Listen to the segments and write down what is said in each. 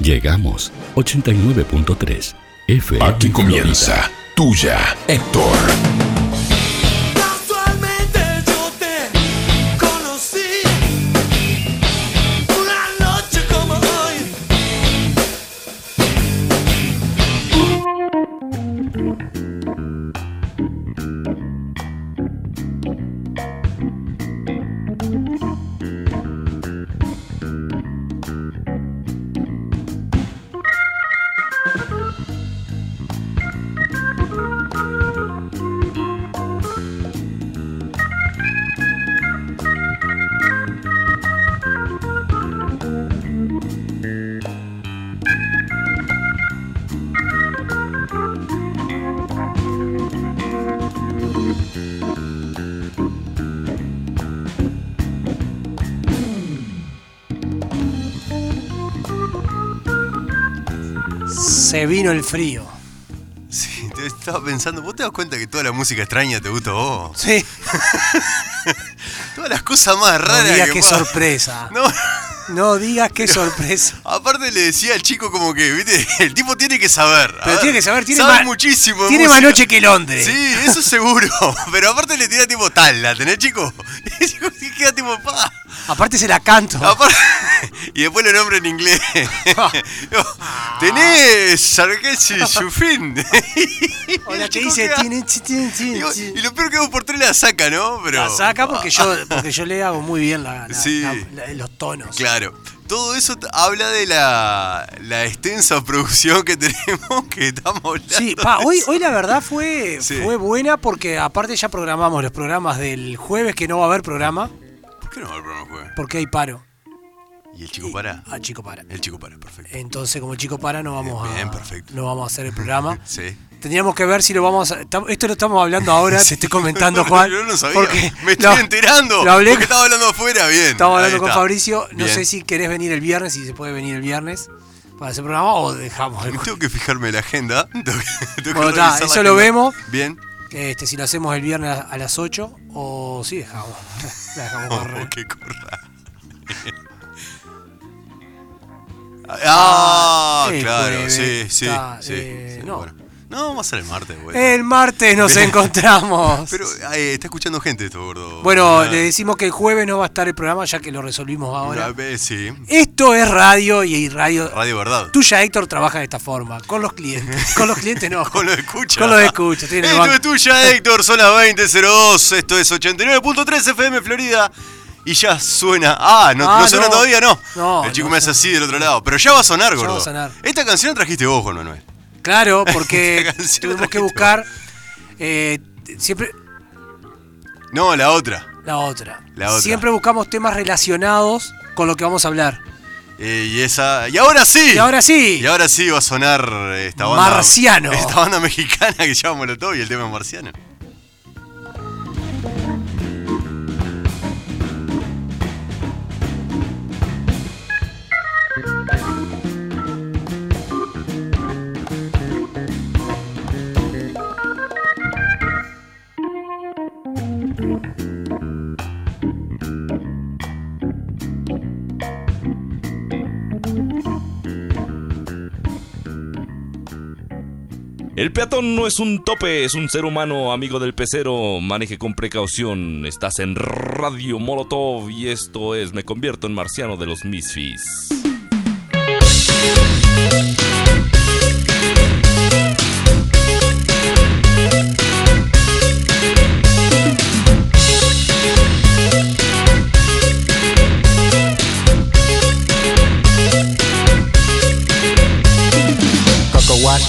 Llegamos 89.3 FM. Aquí comienza Tuya, Héctor. Casualmente yo te conocí una noche como hoy. Se vino el frío. Sí, te estaba pensando, ¿vos te das cuenta que toda la música extraña te gusta a vos? Sí. Todas las cosas más No raras digas que qué puedas- sorpresa. No, No digas qué sorpresa. aparte le decía al chico como que, viste, el tipo tiene que saber. A Pero ver, tiene que saber, tiene sabe más- muchísimo. de Tiene música. más noche que Londres. Sí, eso seguro. Pero aparte le tira tipo tal, ¿la tenés, chico? Y el chico se queda tipo, pa. Aparte se la canto. Aparte- y después lo nombra en inglés. Yo, Tenés, Sargesi, Sufin. O Y la el que chico dice. queda- "Tin, tin, tin, tin, Digo, tin". Y lo peor que vos por tres la saca, ¿no? Pero, La saca porque yo, porque yo le hago muy bien la, la- Sí. la- la- los tonos. Claro. Todo eso t- habla de la, la extensa producción que tenemos, que estamos hablando. Sí, pa, de hoy, eso. hoy la verdad fue, Sí. fue buena porque aparte ya programamos los programas del jueves que no va a haber programa ¿Por qué no va el programa jueves? porque hay paro. Y el chico para. Ah, chico para. El chico para, perfecto. Entonces como el chico para no vamos a, Bien, perfecto. no vamos a hacer el programa. Sí. Tendríamos que ver si lo vamos a... tam- Esto lo estamos hablando ahora, te estoy comentando, Juan. Yo no sabía. porque- Me estoy no, enterando. Lo hablé, Porque estaba hablando afuera, bien. estaba ahí hablando con está. Fabricio. No Bien. sé si querés venir el viernes, si se puede venir el viernes para hacer programa o dejamos el Tengo que fijarme en la agenda. Tengo que- tengo que Bueno, está, revisar la eso lo agenda. vemos. Bien. Este, si lo hacemos el viernes a- a las 8 o si dejamos. La dejamos correr. Oh, que corra. ah, el claro, jueves, sí, sí, está, sí, eh, sí, no. Eh, bueno. No, vamos a hacer el martes, güey. El martes nos Bien. encontramos. Pero eh, está escuchando gente esto, gordo. bueno, Ah, le decimos que el jueves no va a estar el programa ya que lo resolvimos ahora. una vez, sí. Esto es radio y radio. Radio Verdad. Tuya Héctor trabaja de esta forma, con los clientes. Con los clientes no. Con Eh, lo escucha. Con los escucha. tiene Esto banco. es tuya, Héctor. Son las 20.02. Esto es 89.3 FM Florida. Y ya suena. Ah, no, Ah, no suena no. todavía, no. No, El chico no me hace así del otro lado. Pero ya va a sonar, gordo. va a sonar. Esta canción la trajiste vos, Juan Manuel. Claro, porque Esta canción la tuvimos que trajiste buscar eh, siempre No, la otra. la otra. La otra. Siempre buscamos temas relacionados con lo que vamos a hablar. Eh, y esa. Y ahora sí. Y ahora sí. Y ahora sí va a sonar esta banda. Marciano. Esta banda mexicana que llama Molotov y el tema es marciano. El peatón no es un tope, es un ser humano, amigo del pecero. Maneje con precaución. Estás en Radio Molotov y esto es Me convierto en marciano de los Misfits. Coco Wash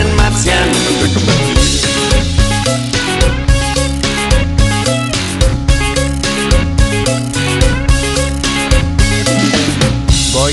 En marciano me convertí. Voy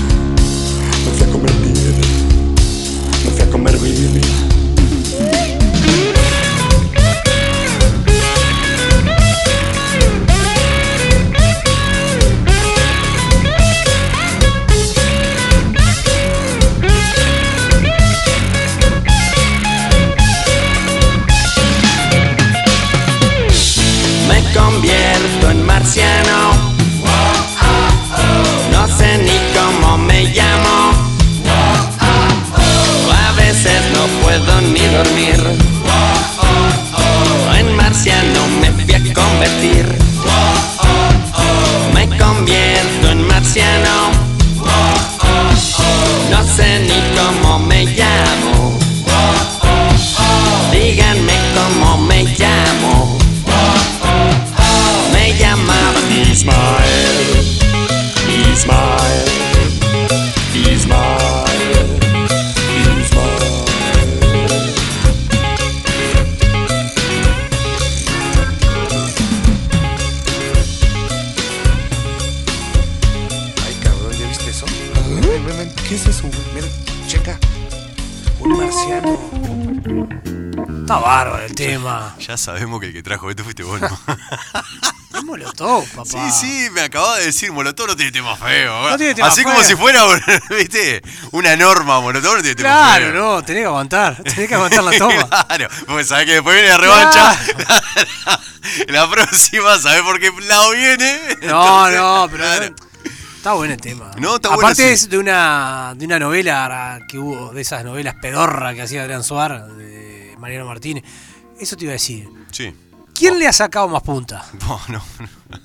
Me fui a convertir Me fui a convertir Me convierto en marciano. No sé ni cómo me llamo. A veces no puedo ni dormir. En marciano me fui a convertir. Me convierto en marciano. No sé ni cómo me llamo. Díganme cómo me llamo. Me llamaban Ismael, Ismael, Ismael, Ismael. Ay, cabrón, ¿ya viste eso? Ven, ven, ven. ¿Qué es eso, güey? Mira, checa. Un marciano. Está bárbaro el tema. Ya sabemos que el que trajo esto fuiste vos, ¿no? Es molotov, papá. Sí, sí, me acababa de decir, Molotov no tiene tema feo. No tiene tema Así feo. como si fuera, ¿viste? Una norma, Molotov no tiene tema Claro, feo. no, tenés que aguantar. Tenés que aguantar la toma. Claro, porque sabés que después viene la revancha. La próxima, ¿sabés por qué lado viene? No, Entonces, no, pero. claro. Está bueno el tema. No, está bueno, Aparte sí. es de una, de una novela que hubo, de esas novelas pedorra que hacía Adrián Suar, de Mariano Martínez. Eso te iba a decir. Sí. ¿Quién le ha sacado más punta? No, no. no.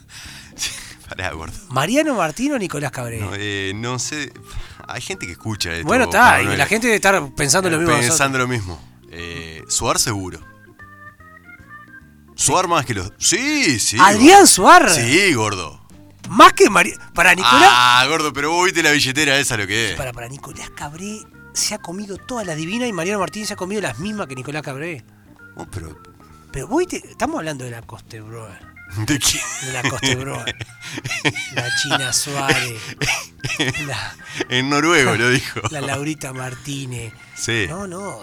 Sí, Pará, gordo. ¿Mariano Martín o Nicolás Cabrera? No, este eh, no sé. Hay gente que escucha esto. bueno, está, y Manuel. la gente debe estar pensando lo mismo. que nosotros. Pensando lo mismo. Eh, Suar seguro. Suar más que los. Sí, sí. Adrián Suar, gordo. Sí, gordo. más que Mariano. Para Nicolás. Ah, eh. gordo, pero vos viste la billetera esa lo que es. Para, para Nicolás Cabré se ha comido todas las divinas y Mariano Martínez se ha comido las mismas que Nicolás Cabré. Oh, pero. Pero vos viste, estamos hablando de la Coste Brother. ¿De quién? De la Coste Brother. la China Suárez. La, En noruego lo dijo. la Laurita Martínez. Sí. No, no.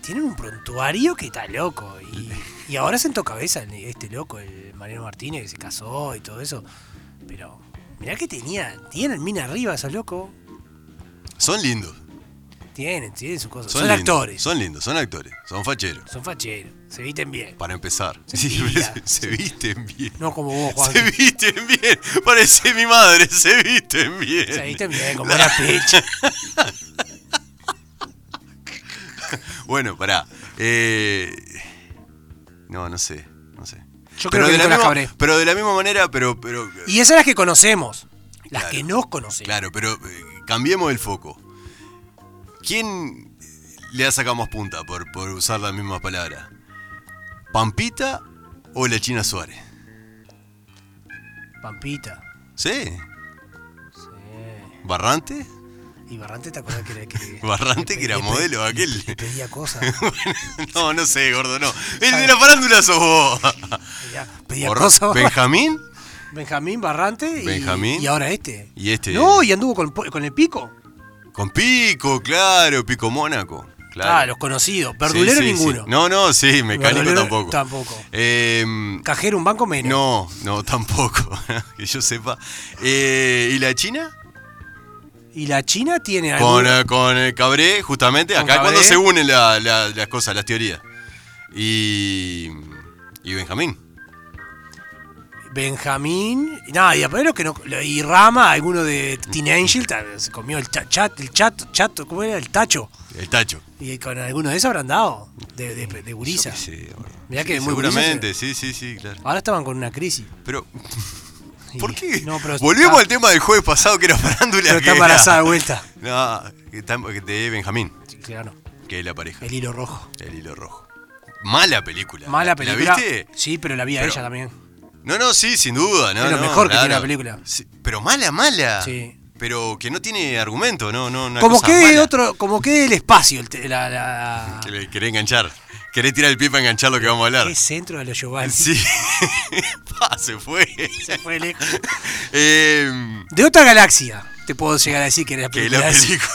Tienen un prontuario que está loco. Y, y ahora sentó cabeza el- este loco, el Mariano Martínez, que se casó y todo eso. Pero mirá que tenía. Tienen mina arriba esos locos. Son lindos. Tienen, tienen sus cosas. Son, Son, lindos, actores. Son lindos, son actores. Son facheros. Son facheros, se visten bien. Para empezar. Se Sí, tira. se, se visten bien. No como vos, Juan. Se visten bien. Parece mi madre. Se visten bien. Se visten bien, como una pecha. Bueno, pará. Eh, No, no sé. No sé. Yo creo que de la Nicolás misma, Cabré. Pero de la misma manera, pero. pero Y esas las que conocemos. Las Claro. que no conocemos. Claro, pero eh, cambiemos el foco. ¿Quién le ha sacado más punta por, por usar la misma palabra? ¿Pampita o la China Suárez? Pampita. ¿Sí? ¿Barrante? Y Barrante te acordás que era que. Barrante, que era le pe- modelo le- aquel. le pedía cosas. No, no sé, gordo, no. El de la farándula sos vos. pedía- pedía Por- cosas. ¿Benjamín? Benjamín Barrante. Y, Benjamín. Y ahora este. Y este. No, y anduvo con, po- con el pico. Con Pico, claro, Pico Mónaco. Claro. Ah, los conocidos. Verdulero Sí, sí, sí. ninguno. No, no, sí, mecánico Verdulero tampoco. tampoco. Em, Cajero un banco menos. No, no, tampoco. que yo sepa. Eh, ¿Y la China? Y la China tiene algo. Con, eh, con el Cabré, justamente. Con acá Cabré. cuando se unen la- la- las cosas, las teorías. Y. Y Benjamín. Benjamín. y Nada, y aparte los que no. lo- Y Rama, alguno de Teen Angel, ta- se comió el cha- chat, el chat, chato, ¿cómo era? El tacho. El Tacho. Y con alguno de esos habrán dado. De, de, de gurisa. Yo qué sé, boludo. Mirá Sí, que es muy gurisa, Seguramente, sí, sí, sí, claro. Ahora estaban con una crisis. Pero. Y- ¿Por qué? No, pero Volvemos está- al tema del jueves pasado que era farándula. Pero que está era- embarazada de vuelta. No, que está- em, de Benjamín. Sí, claro. que es la pareja. El hilo rojo. El hilo rojo. Mala película. Mala ¿La- película. ¿La viste? Sí, pero la vi a Pero- ella también. No, no, sí, sin duda. No, Es lo no, mejor que tiene claro. la película. Sí, pero mala, mala. Sí. Pero que no tiene argumento, no, no. una Como cosa que mala. otro, como que el espacio, el te- la, la- Que le querés enganchar. Querés tirar el pie para enganchar lo que vamos a hablar. qué centro de los Giovanni. Sí. Pa, se fue. Se fue lejos. Eh, De otra galaxia, te puedo llegar a decir que era la que película. la es película.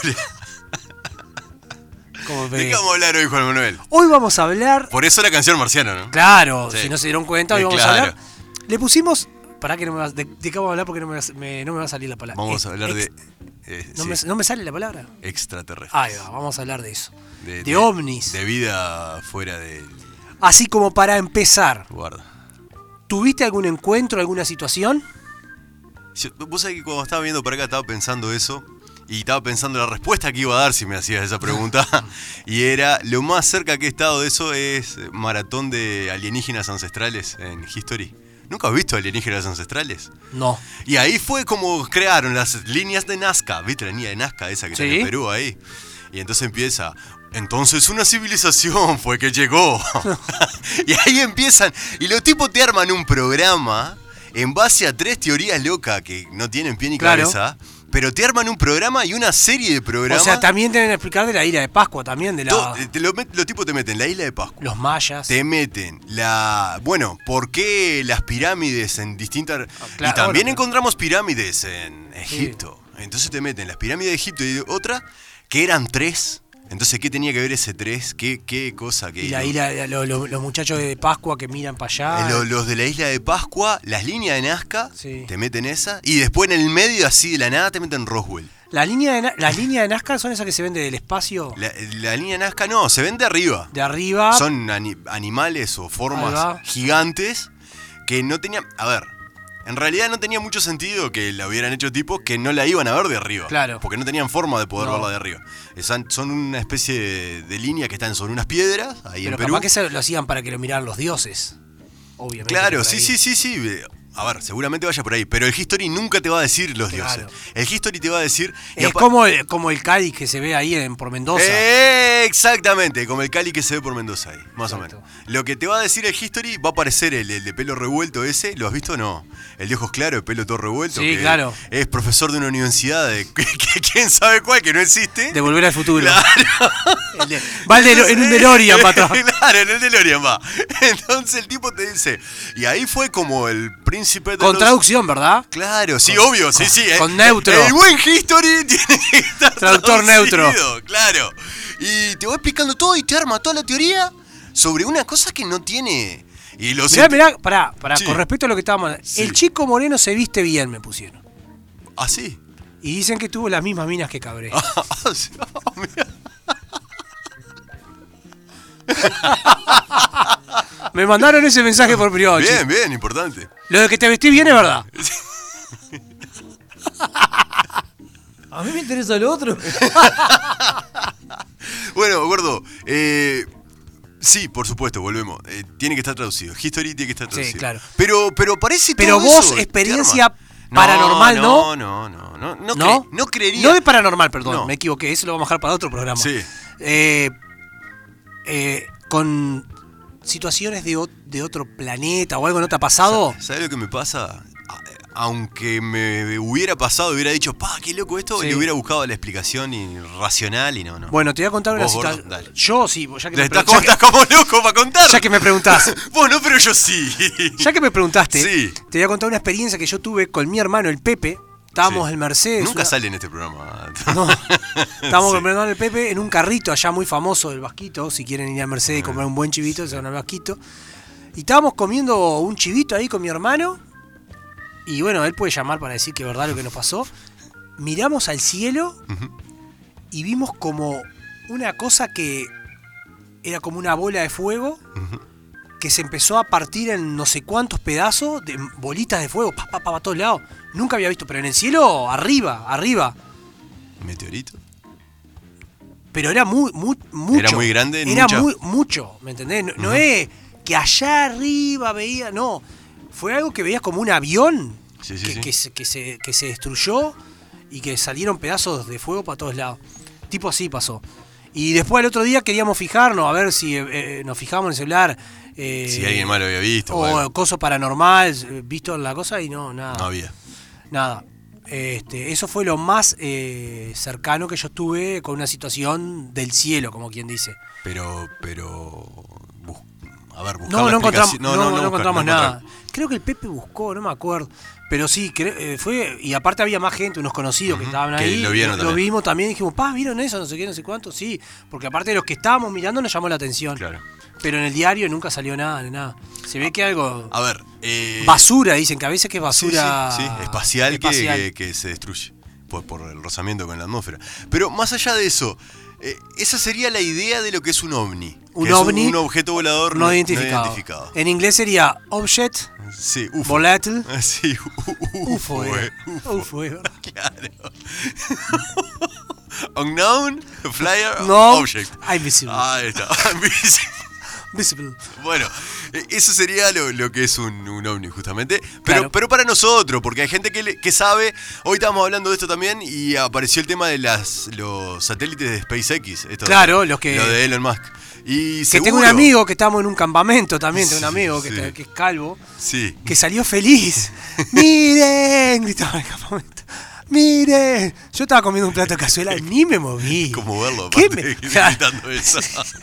como ¿De que- qué vamos a hablar hoy, Juan Manuel? Hoy vamos a hablar. Por eso la canción marciana, ¿no? Claro, Sí. si no se dieron cuenta, hoy Eh, vamos claro. a hablar. Le pusimos. Pará que no me va, de, de qué vamos a hablar porque no me va, me- no me va a salir la palabra. Vamos a Ex- hablar de. ex- eh, no, sí, me, no me sale la palabra. Extraterrestres. Ahí va, vamos a hablar de eso. De, de- ovnis. De vida fuera del Así como para empezar, guarda. ¿tuviste algún encuentro, alguna situación? Yo- Vos sabés que cuando estaba viendo para acá estaba pensando eso y estaba pensando la respuesta que iba a dar si me hacías esa pregunta. y era, lo más cerca que he estado de eso es eh, maratón de alienígenas ancestrales en History. ¿Nunca has visto alienígenas ancestrales? No. Y ahí fue como crearon las líneas de Nazca, ¿viste? La línea de Nazca esa que está Sí. en Perú ahí. Y entonces empieza. Entonces una civilización fue que llegó. y ahí empiezan. Y los tipos te arman un programa en base a tres teorías locas que no tienen pie ni Claro. cabeza. Pero te arman un programa y una serie de programas. O sea, también deben explicar de la isla de Pascua, también de To- la, te lo met- los tipos te meten la isla de Pascua. los mayas. eh, Te meten la. Bueno, ¿por qué las pirámides en distintas. Ah, claro, y también bueno, encontramos pirámides en Egipto. Entonces te meten las pirámides de Egipto y otra que eran tres. Entonces, ¿qué tenía que ver ese tres? ¿Qué, qué cosa? Que Y la isla, lo- lo- los muchachos de Pascua que miran para allá. Eh, lo- los de la isla de Pascua, las líneas de Nazca, Sí. te meten esa. Y después en el medio, así de la nada, te meten Roswell. La línea de, Na- las líneas de Nazca son esas que se vende del espacio, La, la línea de Nazca no, se ven de arriba. de arriba. Son ani- animales o Ah. Ahí formas va. gigantes que no tenían. A ver, en realidad no tenía mucho sentido que la hubieran hecho tipos que no la iban a ver de arriba. Claro. Porque no tenían forma de poder No. verla de arriba. Esa- son una especie de, de línea que están sobre unas piedras ahí pero en Perú. capaz que se lo hacían para que lo miraran los dioses. Obviamente. Claro, por sí, ahí. sí, sí, sí. eh, A ver, seguramente vaya por ahí. Pero el History nunca te va a decir los Claro. dioses. El History te va a decir. y Es apa- como el, como el Cádiz que se ve ahí en, por Mendoza. Eh, exactamente, como el Cali que se ve por Mendoza ahí, más Exacto. o menos. Lo que te va a decir el History va a aparecer el, el de pelo revuelto ese, ¿lo has visto o no? El de ojos claros, el pelo todo revuelto. Sí, que claro. Es profesor de una universidad de que- que- quién sabe cuál, que no existe. De volver al futuro. El de- va Va el de- Eh, en un DeLorean para atrás. Claro, en el DeLorean va. Entonces el tipo te dice, y ahí fue como el príncipe de Con los- traducción, ¿verdad? Claro, sí, Con- obvio, sí, con- sí. eh. con neutro. El buen history tiene que estar Traductor traducido, neutro. Claro. Y te va explicando todo y te arma toda la teoría sobre una cosa que no tiene. Y lo Mirá, sé. mirá, pará, pará, Sí. con respecto a lo que estábamos hablando. Sí. El chico moreno se viste bien, me pusieron. Así. Y dicen que tuvo las mismas minas que Cabré. Ah, sí. Oh, Ah, mirá. Me mandaron ese mensaje por privado, Ah. bien, chico. bien, importante. Lo de que te vestís bien es verdad. A mí me interesa lo otro. Bueno, gordo. eh, sí, por supuesto, volvemos. Eh, tiene que estar traducido. History tiene que estar Sí, traducido. claro. Pero, pero parece Pero todo vos, eso, te experiencia arma. paranormal, ¿no? No, no, no. No, no, ¿No? cre- no creería. No de paranormal, perdón, No. me equivoqué. Eso lo vamos a dejar para otro programa. Sí. Eh, eh, con situaciones de, ot- de otro planeta o algo no te ha pasado. ¿Sabes lo que me pasa? A- Aunque me hubiera pasado, hubiera dicho, pa, qué loco esto, Sí. le hubiera buscado la explicación y racional y no, no. Bueno, te voy a contar una Vos, gordo, situación. dale. Yo sí, ya que, me estás, pregun- como, ya estás como loco para contar. que- ya que me preguntás. Vos no, pero yo sí. Ya que me preguntaste, Sí. te voy a contar una experiencia que yo tuve con mi hermano, el Pepe. Estábamos Sí. en Mercedes. Nunca una- sale en este programa. No. Estábamos Sí. con mi hermano, el Pepe, en un carrito allá muy famoso del Vasquito. Si quieren ir a Mercedes y comprar un buen chivito, se van al Vasquito. Y estábamos comiendo un chivito ahí con mi hermano. Y bueno, él puede llamar para decir que es verdad lo que nos pasó. Miramos al cielo y vimos como una cosa que era como una bola de fuego que se empezó a partir en no sé cuántos pedazos de bolitas de fuego, pa, pa, pa, pa, a todos lados. Nunca había visto, pero en el cielo, arriba, arriba. Meteorito. Pero era muy, mu- mucho. Era muy grande, Era mucha. muy, mucho, ¿me entendés? No, no es que allá arriba veía, no. Fue algo que veías como un avión Sí, sí, que, sí. que se, que se- que se destruyó y que salieron pedazos de fuego para todos lados. Tipo así pasó. Y Y después al otro día queríamos fijarnos, a ver si eh, eh, nos fijamos en el celular. eh, oh, Si alguien más lo había visto. O o algo. coso paranormal, eh, visto en la cosa y no, nada. No había. Nada. Este, eso fue lo más eh, cercano que yo estuve con una situación del cielo, como quien dice. Pero, pero. bus- A ver, buscar No, la no explicación- encontramos, no, no buscar, encontramos no nada. encontrar. Creo que el Pepe buscó, no me acuerdo. Pero sí, cre- eh, fue. Y aparte había más gente, unos conocidos que Ujú, estaban que ahí. lo vieron también. vimos también y dijimos, pa, ¿vieron eso? No sé qué, no sé cuánto. Sí, porque aparte de los que estábamos mirando nos llamó la atención. Claro. Pero en el diario nunca salió nada, ni nada. Se ve que algo. A ver. eh, basura, dicen que a veces que es sí, sí, basura. sí, espacial, que- Que, que se destruye por, por el rozamiento con la atmósfera. Pero más allá de eso, eh, esa sería la idea de lo que es un ovni. que Un es ovni un objeto volador no, identificado. Eh, identificado. En inglés sería object Sí, UFO. volatile Sí, u- u- UFO. eh. UFO. UFO, eh. Claro. Unknown, flyer, No, object. Ah. invisible. Ahí está. Visible. bueno, eh, eso sería lo, lo que es un, un ovni, justamente. Pero, Claro. pero para nosotros, porque hay gente que, le- que sabe. Hoy estábamos hablando de esto también y apareció el tema de las, los satélites de SpaceX. esto de- Claro, los que- Lo de Elon Musk. Y Que tengo un seguro- amigo que estamos en un campamento también, tengo un Sí, amigo que, sí. está- que es calvo, Sí. que salió feliz. ¡Miren! Gritaba en el campamento. ¡Miren! Yo estaba comiendo un plato de cazuela, ni me moví. Como verlo, ¿Qué aparte, me- gritando eso.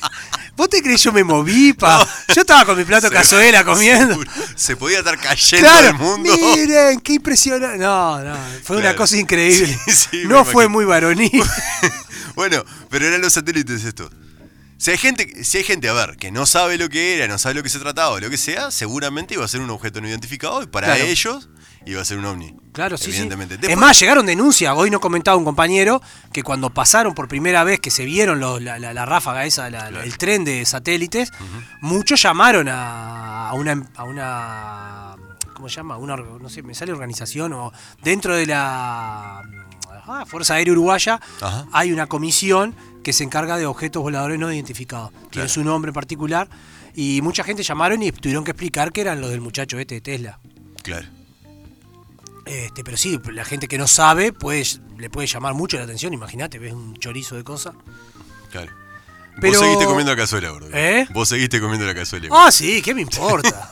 ¿Vos te crees yo me moví, pa? Yo estaba con mi plato de cazuela comiendo. Seguro. Se podía estar cayendo Claro, el mundo. miren, qué impresionante. No, no, fue una Claro. cosa increíble. Sí, sí, me no fue imagino. muy varonil. bueno, pero eran los satélites esto. Si hay, gente, si hay gente, a ver, que no sabe lo que era, no sabe lo que se trataba o lo que sea, seguramente iba a ser un objeto no identificado y para Claro. ellos iba a ser un ovni. Claro, sí, sí. Evidentemente. Es Después- más, llegaron denuncias. Hoy nos comentaba un compañero que cuando pasaron por primera vez que se vieron los- la, la- la ráfaga esa, la- la- el tren de satélites, muchos llamaron a, a una, em- a una- ¿Cómo se llama? Una, or- no sé, me sale organización o dentro de la ah, Fuerza Aérea Uruguaya Ajá. hay una comisión que se encarga de objetos voladores no identificados. Tiene su nombre en particular. Y mucha gente llamaron y tuvieron que explicar que eran los del muchacho este de Tesla. Claro. Este, pero sí, la gente que no sabe puede, le puede llamar mucho la atención, imagínate, ves un chorizo de cosas. Claro. Pero- Vos seguiste comiendo la cazuela, gordo. ¿Eh? Vos seguiste comiendo la cazuela. gordo. Ah, sí, ¿qué me importa?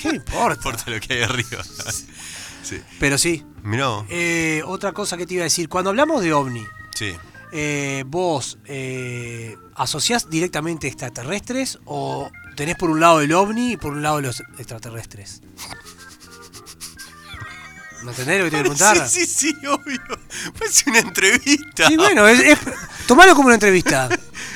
¿Qué me importa? No importa lo que hay arriba. sí. Pero sí, Mirá vos. eh, otra cosa que te iba a decir, cuando hablamos de ovni, Sí. eh, vos eh, asociás directamente extraterrestres o tenés por un lado el ovni y por un lado los extraterrestres? ¿Me entendés lo que te voy a preguntar? Sí, sí, sí, obvio. Parece una entrevista. Y bueno, es, es- tomalo como una entrevista.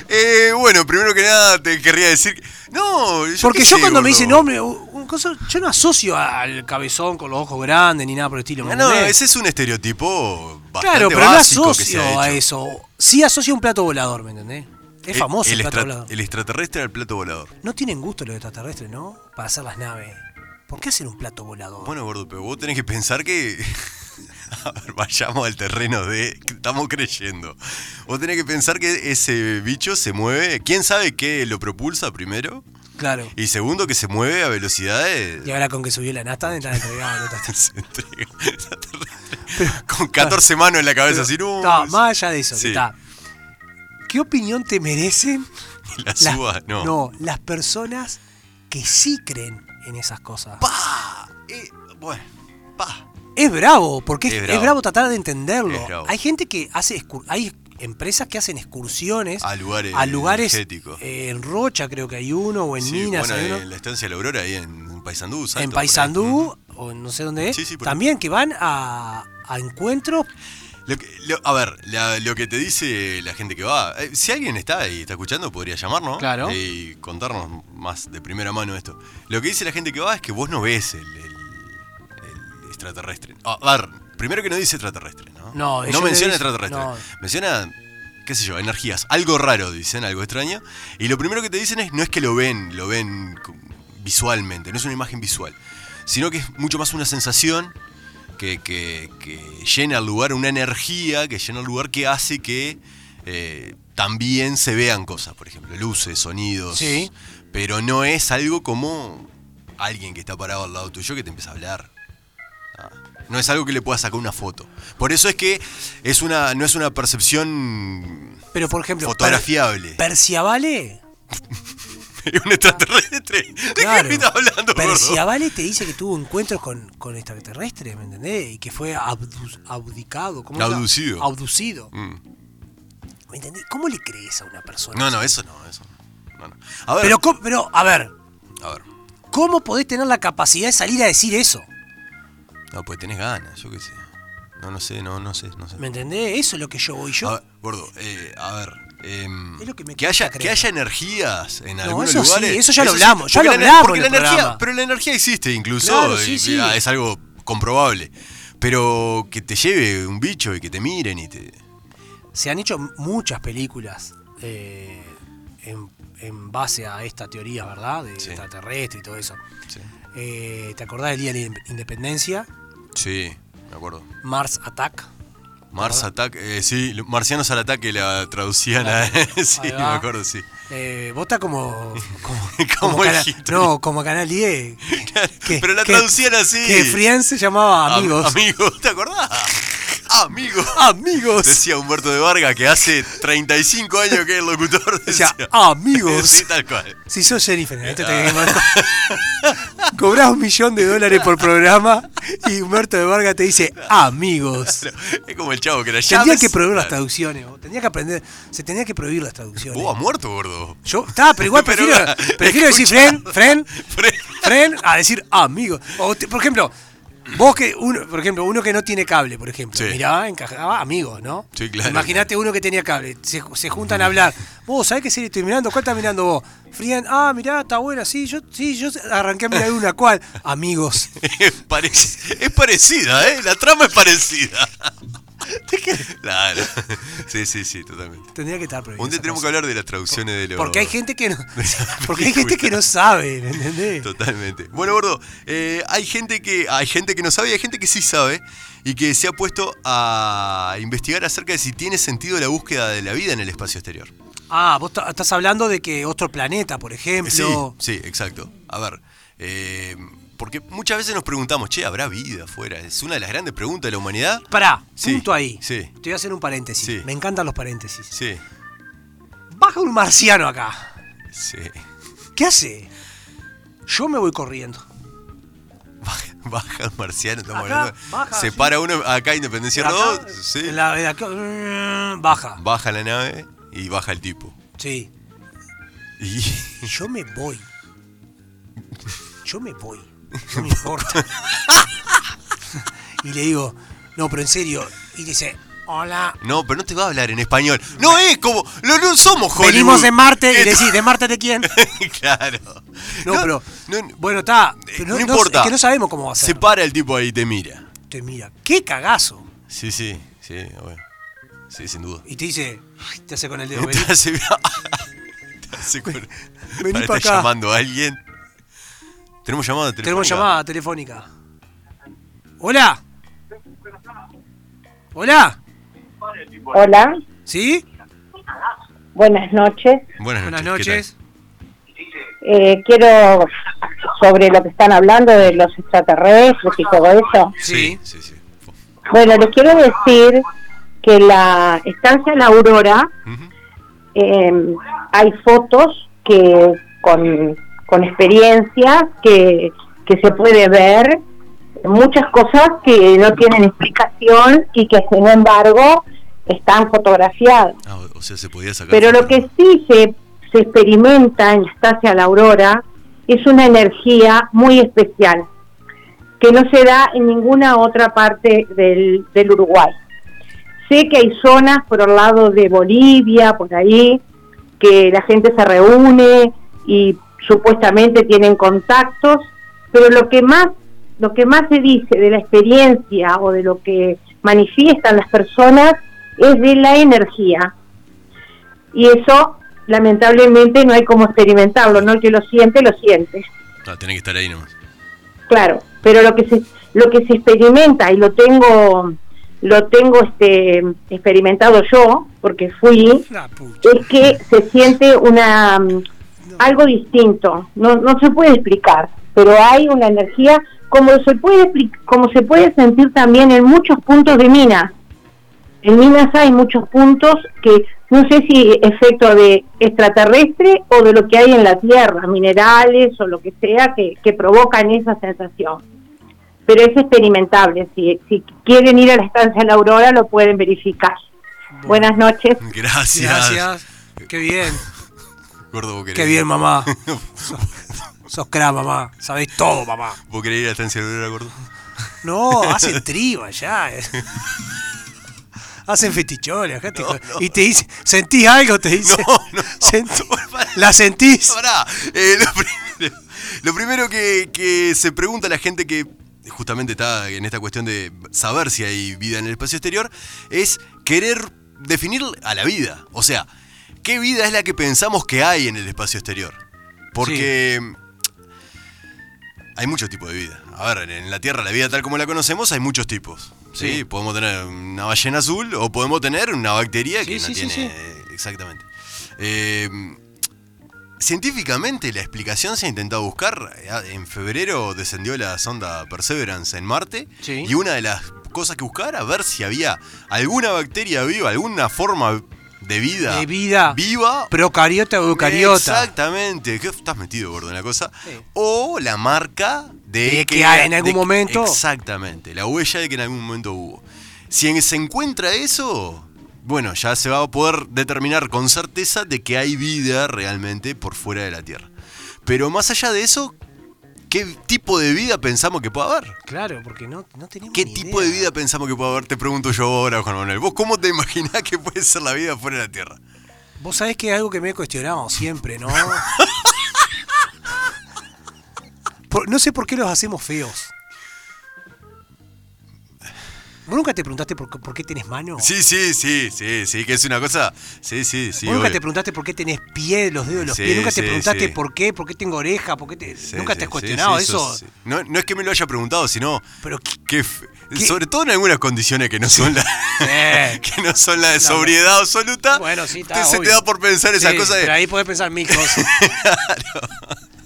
Eh, bueno, primero que nada te querría decir. que- No, yo Porque qué yo sé, cuando me gordo. dicen hombre, u- un coso, yo no asocio al cabezón con los ojos grandes ni nada por el estilo. ¿me Ah, no, entendés? ese es un estereotipo bastante claro, pero no básico que se asocio ha a hecho. eso. Sí asocio a un plato volador, ¿me entendés? Es El- famoso el, el, plato extra- volador. el extraterrestre al plato volador. No tienen gusto los extraterrestres, ¿no? Para hacer las naves. ¿Por qué hacer un plato volador? Bueno, gordo, pero vos tenés que pensar que. A ver, vayamos al terreno de. que Estamos creyendo. Vos tenés que pensar que ese bicho se mueve. ¿Quién sabe qué lo propulsa primero? claro. Y segundo, que se mueve a velocidades. Y ahora con que subió la nasta, están entregados. los extraterrestres. Se entrega. Con 14 manos en la cabeza, así no. Está, más allá de eso, Sí. está. ¿Qué opinión te merecen La las- suba, no. no, las personas que sí creen en esas cosas? Pa, eh, bueno, pa. Es bravo, porque es, Es es bravo. bravo. tratar de entenderlo. Es bravo. Hay gente que hace excu- hay empresas que hacen excursiones A lugares lugares, energéticos. eh, en Rocha creo que hay uno o en Sí, Minas bueno, hay uno, en la estancia de la Aurora, ahí en Paysandú, Salto, en por ahí. Paysandú o en no sé dónde es. Sí, sí, por ahí. También que van a, a encuentros. Lo que- lo- a ver, la- lo que te dice la gente que va. eh, si alguien está y está escuchando, podría llamarnos. Claro. Y contarnos más de primera mano esto. Lo que dice la gente que va es que vos no ves el, el- el extraterrestre. A ver, primero que no dice extraterrestre, ¿no? No, ellos no le dicen- menciona extraterrestre. no. Menciona, qué sé yo, energías. Algo raro, dicen, algo extraño. Y lo primero que te dicen es, no es que lo ven, lo ven co- visualmente, no es una imagen visual. Sino que es mucho más una sensación que, que- que llena el lugar, una energía que llena el lugar que hace que eh, también se vean cosas, por ejemplo, luces, sonidos. Sí. Pero no es algo como alguien que está parado al lado tuyo que te empieza a hablar. Ah, No es algo que le pueda sacar una foto. Por eso es que es una, no es una percepción Pero por ejemplo, fotografiable. Per- Perciavale. un extraterrestre. ¿De claro, qué me estás hablando, gordo? Perciavale te dice que tuvo encuentros con, con extraterrestres, ¿me entendés? Y que fue abdu- abdicado. ¿cómo se llama? Abducido. Abducido. Mm. ¿Me entendés? ¿Cómo le crees a una persona? No, no, eso no, eso. no. No, no. A ver, Pero, co- pero, a ver, a ver. ¿cómo podés tener la capacidad de salir a decir eso? No, pues tenés ganas, yo qué sé. No, no sé, no, no sé, no sé. ¿Me entendés? Eso es lo que yo voy yo. A ver, gordo, eh, a ver. em, Es lo que me cuesta haya, creer. que haya energías en algunos eso sí, lugares. eso ya lo hablamos, ya lo porque la ener- hablamos porque en el la energía, programa. pero la energía existe incluso, Claro, sí, y- sí. ah, es algo comprobable. Pero que te lleve un bicho y que te miren y te... Se han hecho muchas películas eh, en, en base a esta teoría, ¿verdad? De Sí. extraterrestre y todo eso. Sí, Eh, ¿Te acordás del Día de la Inde- Independencia? me acuerdo. Mars Attack. Mars Attack, eh, sí, lo- Marcianos al Ataque la traducían a... sí, Ahí me va. acuerdo, sí. Eh, vos estás como. Como, Como el cana- Hitler. No, como Canal 10. que- pero la que- traducían así. Que Friends se llamaba Am- Amigos. Amigos, ¿te acordás? Amigos. amigos. Decía Humberto de Vargas que hace 35 años que es locutor. Decía, amigos. Sí, tal cual. Si sos Jennifer, esto te Cobrás un millón de dólares por programa y Humberto de Vargas te dice amigos. Pero es como el chavo que era Tendría Llaves. que prohibir las traducciones. vos. Tendría que aprender. Se tenía que prohibir las traducciones. Vos has muerto, gordo. Yo, está, pero igual Pero, prefiero, prefiero decir friend, escucha. friend, Friend. friend, a decir amigo. O te- por ejemplo, vos que uno, por ejemplo, uno que no tiene cable, por ejemplo, Sí. miraba, encajaba amigos, ¿no? Sí, claro. Imagínate uno que tenía cable, se, se juntan a hablar. Vos, ¿sabés qué serie estoy mirando? ¿Cuál estás mirando vos? Friend, ah, mirá, está buena, sí, yo, sí, yo arranqué a mirar una, ¿cuál? Amigos. Es, pare- es parecida, ¿eh? La trama es parecida. Claro. Sí, sí, sí, totalmente. Tendría que estar prohibido. Un día esa tenemos que cosa. hablar de las traducciones de los. Porque hay gente que no, esa porque hay gente que película. no sabe, ¿entendés? Totalmente. Bueno, gordo, eh, hay gente que hay gente que no sabe y hay gente que sí sabe y que se ha puesto a investigar acerca de si tiene sentido la búsqueda de la vida en el espacio exterior. Ah, vos ta- estás hablando de que otro planeta, por ejemplo. Sí, sí, exacto. A ver, eh, porque muchas veces nos preguntamos, che, ¿habrá vida afuera? Es una de las grandes preguntas de la humanidad. Pará, Sí, punto ahí. sí. Te voy a hacer un paréntesis. Sí. Me encantan los paréntesis. Sí, Baja un marciano acá. sí. ¿Qué hace? Yo me voy corriendo. Baja- Baja el marciano, estamos Acá, hablando. baja, se sí. para uno acá, Independencia Acá, 2, sí. en la- en la- baja. Baja la nave y baja el tipo. Sí. Y Y yo me voy. Yo me voy. No me importa. y le digo, no, pero en serio. Y dice, hola. No, pero no te va a hablar en español. No es como. No, no somos Hollywood. Venimos de Marte. Y Eh, le decís, ¿de Marte de quién? claro. No, pero. no, no, bueno, está. pero no importa. es que no sabemos cómo va a ser. se para el tipo ahí y te mira. te mira, qué cagazo. Sí, sí, sí, bueno. Sí, sin duda. Y te dice, ay, te hace con el dedo. Te vení. hace, te hace con- Vení para pa' estar acá. llamando a alguien. Tenemos llamada Tenemos telefónica? llamada telefónica. Hola. Hola. Hola, ¿Sí? buenas noches. Buenas noches. Buenas ¿qué tal? noches. Eh, quiero sobre lo que están hablando de los extraterrestres y todo eso. Sí, Sí. sí, sí. Bueno, les quiero decir que la estancia La Aurora Ujú. eh, hay fotos que con, con experiencia que, que se puede ver muchas cosas que no tienen explicación y que sin embargo están fotografiadas. Ah, o- o sea, se podía sacar. Pero lo que sí se, se experimenta en la estancia de la aurora es una energía muy especial que no se da en ninguna otra parte del, del Uruguay. Sé que hay zonas por el lado de Bolivia, por ahí, que la gente se reúne y supuestamente tienen contactos, pero lo que más lo que más se dice de la experiencia o de lo que manifiestan las personas es de la energía, y eso lamentablemente no hay como experimentarlo, ¿no? El que lo siente, lo siente. Ah, tenés que estar ahí nomás. Claro, pero lo que se lo que se experimenta y lo tengo lo tengo este experimentado yo porque fui La pucha. es que se siente una mm, algo distinto, no no se puede explicar, pero hay una energía como se puede expli- como se puede sentir también en muchos puntos de Minas. En Minas hay muchos puntos que no sé si efecto de extraterrestre o de lo que hay en la tierra, minerales o lo que sea que, que provocan esa sensación. Pero es experimentable. Si, si quieren ir a la estancia La Aurora lo pueden verificar. Buenas noches. Gracias. Gracias. Qué bien. Gordo, vos querés Qué ir. bien, mamá. Sos- Sos cra, mamá. Sabés todo, mamá. ¿Vos querés ir a Estancia Aurora, gordo? No, hacen triba ya. Hacen fetichones, acá te- y te dice, ¿sentís algo? Te dice. No, no. Sentí- Pará. ¿La sentís? Pará, eh, lo primero, lo primero que, que se pregunta a la gente que justamente está en esta cuestión de saber si hay vida en el espacio exterior es querer definir a la vida. O sea, ¿qué vida es la que pensamos que hay en el espacio exterior? Porque hay muchos tipos de vida. A ver, en la Tierra la vida tal como la conocemos hay muchos tipos. Sí, Sí. podemos tener una ballena azul o podemos tener una bacteria que Sí, sí, no sí, tiene exactamente. Eh, Científicamente, la explicación se ha intentado buscar. eh, ah, En febrero descendió la sonda Perseverance en Marte. Sí. Y una de las cosas que buscar era ver si había alguna bacteria viva, alguna forma de vida. De vida. Viva. Procariota o eucariota. Exactamente. ¿Qué estás metido, gordo, en la cosa? Sí. O la marca de, De que hay en algún de que- momento. Exactamente. La huella de que en algún momento hubo. Si en- se encuentra eso, bueno, ya se va a poder determinar con certeza de que hay vida realmente por fuera de la Tierra. Pero más allá de eso, ¿qué tipo de vida pensamos que puede haber? Claro, porque no, no tenemos ¿Qué ni tipo de idea. vida pensamos que puede haber? Te pregunto yo ahora, Juan Manuel. ¿Vos cómo te imaginás que puede ser la vida fuera de la Tierra? Vos sabés que es algo que me he cuestionado siempre, ¿no? Por- no sé por qué los hacemos feos. ¿Vos nunca te preguntaste por, qué- por qué tenés mano? Sí, sí, sí, sí, sí, que es una cosa. Sí, sí, sí. ¿Vos nunca obvio. te preguntaste por qué tenés pie, los dedos de los Sí, pies? ¿Nunca sí, te preguntaste sí. por qué? ¿Por qué tengo oreja? ¿Por qué te... Sí, ¿Nunca sí, te has sí, cuestionado sí, eso? sí. No, no es que me lo haya preguntado, sino Pero qué- que f- sobre todo en algunas condiciones que no son la Eh. que no son la de sobriedad absoluta. Bueno, sí, está, te- se te obvio. da por pensar esa Sí, cosa Pero de ahí podés pensar mil cosas.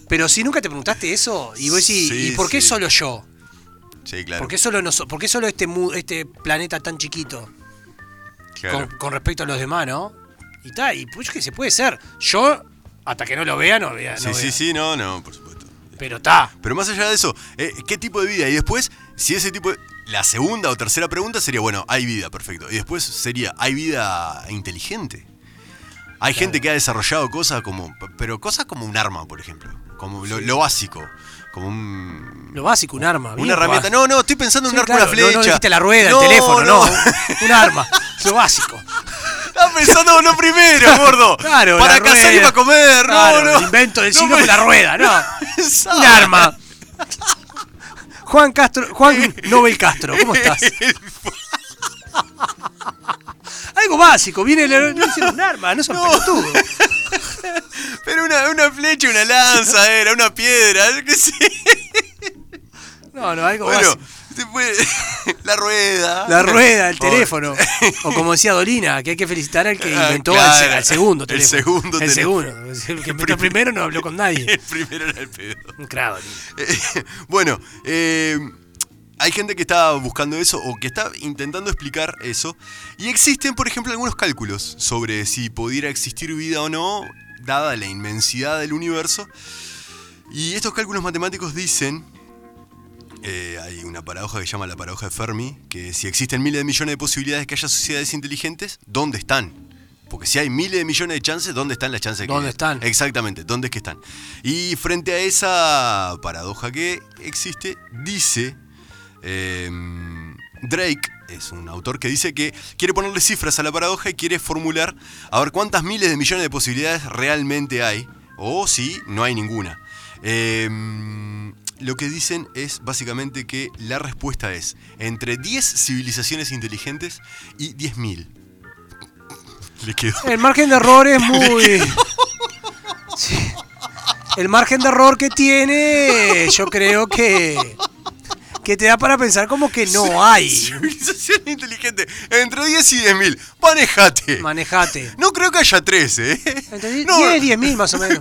Pero si nunca te preguntaste eso, y vos decís, Sí, ¿y por qué sí. solo yo? Sí, claro. ¿Por qué solo, noso- por qué solo este, mu- este planeta tan chiquito claro. con, con respecto a los demás, no? Y tal, y pues que se puede ser. Yo, hasta que no lo vea, no vea. no sí, sí, vea. sí, no, no, por supuesto. Pero está. Pero más allá de eso, eh, ¿qué tipo de vida? Y después, si ese tipo de... La segunda o tercera pregunta sería, bueno, hay vida, perfecto. Y después sería, ¿hay vida inteligente? Hay gente que ha desarrollado cosas como... Pero cosas como un arma, por ejemplo. Como lo, lo básico. Como un... Lo básico, un arma. bien, Una herramienta. guau. No, no, estoy pensando en Sí, un arco claro, una flecha. No, no dijiste la rueda, el teléfono, no. Un, un arma. Lo básico. Estaba pensando en lo primero, gordo. Claro, Para la cazar y rueda. para comer. Claro, no, no. El invento del No siglo fue me- la rueda, no. Pensaba. un arma. Juan Castro, Juan Nobel Castro, ¿cómo estás? Algo básico, viene el no hicieron un arma, no son pelotudos. Pero una, una flecha, una lanza, era una piedra. yo qué sé. No, no, algo Bueno, básico. después, la rueda. La rueda, el Oh, teléfono. O como decía Dolina, que hay que felicitar al que Ah, inventó claro. al, se- al segundo El teléfono. segundo El teléfono. segundo. El que inventó el primero no habló con nadie. El primero era el pedo. Un crado, Dolina. Eh, bueno, eh, hay gente que está buscando eso o que está intentando explicar eso. Y existen, por ejemplo, algunos cálculos sobre si pudiera existir vida o no, dada la inmensidad del universo. Y estos cálculos matemáticos dicen... eh, hay una paradoja que se llama la paradoja de Fermi, que si existen miles de millones de posibilidades que haya sociedades inteligentes, ¿dónde están? Porque si hay miles de millones de chances, ¿dónde están las chances? que- ¿Dónde están? Exactamente, ¿dónde es que están? Y frente a esa paradoja que existe, dice eh, Drake, es un autor que dice que quiere ponerle cifras a la paradoja y quiere formular a ver cuántas miles de millones de posibilidades realmente hay, o si no hay ninguna. Eh, lo que dicen es básicamente que la respuesta es entre 10 civilizaciones inteligentes y 10.000. Le quedó. El margen de error es muy. Sí. El margen de error que tiene, yo creo que. que te da para pensar como que no hay. Civilización inteligente. Entre 10 y 10.000. Manejate. Manejate. No creo que haya 13, ¿eh? Entre die- No, 10, 10.000 más o menos.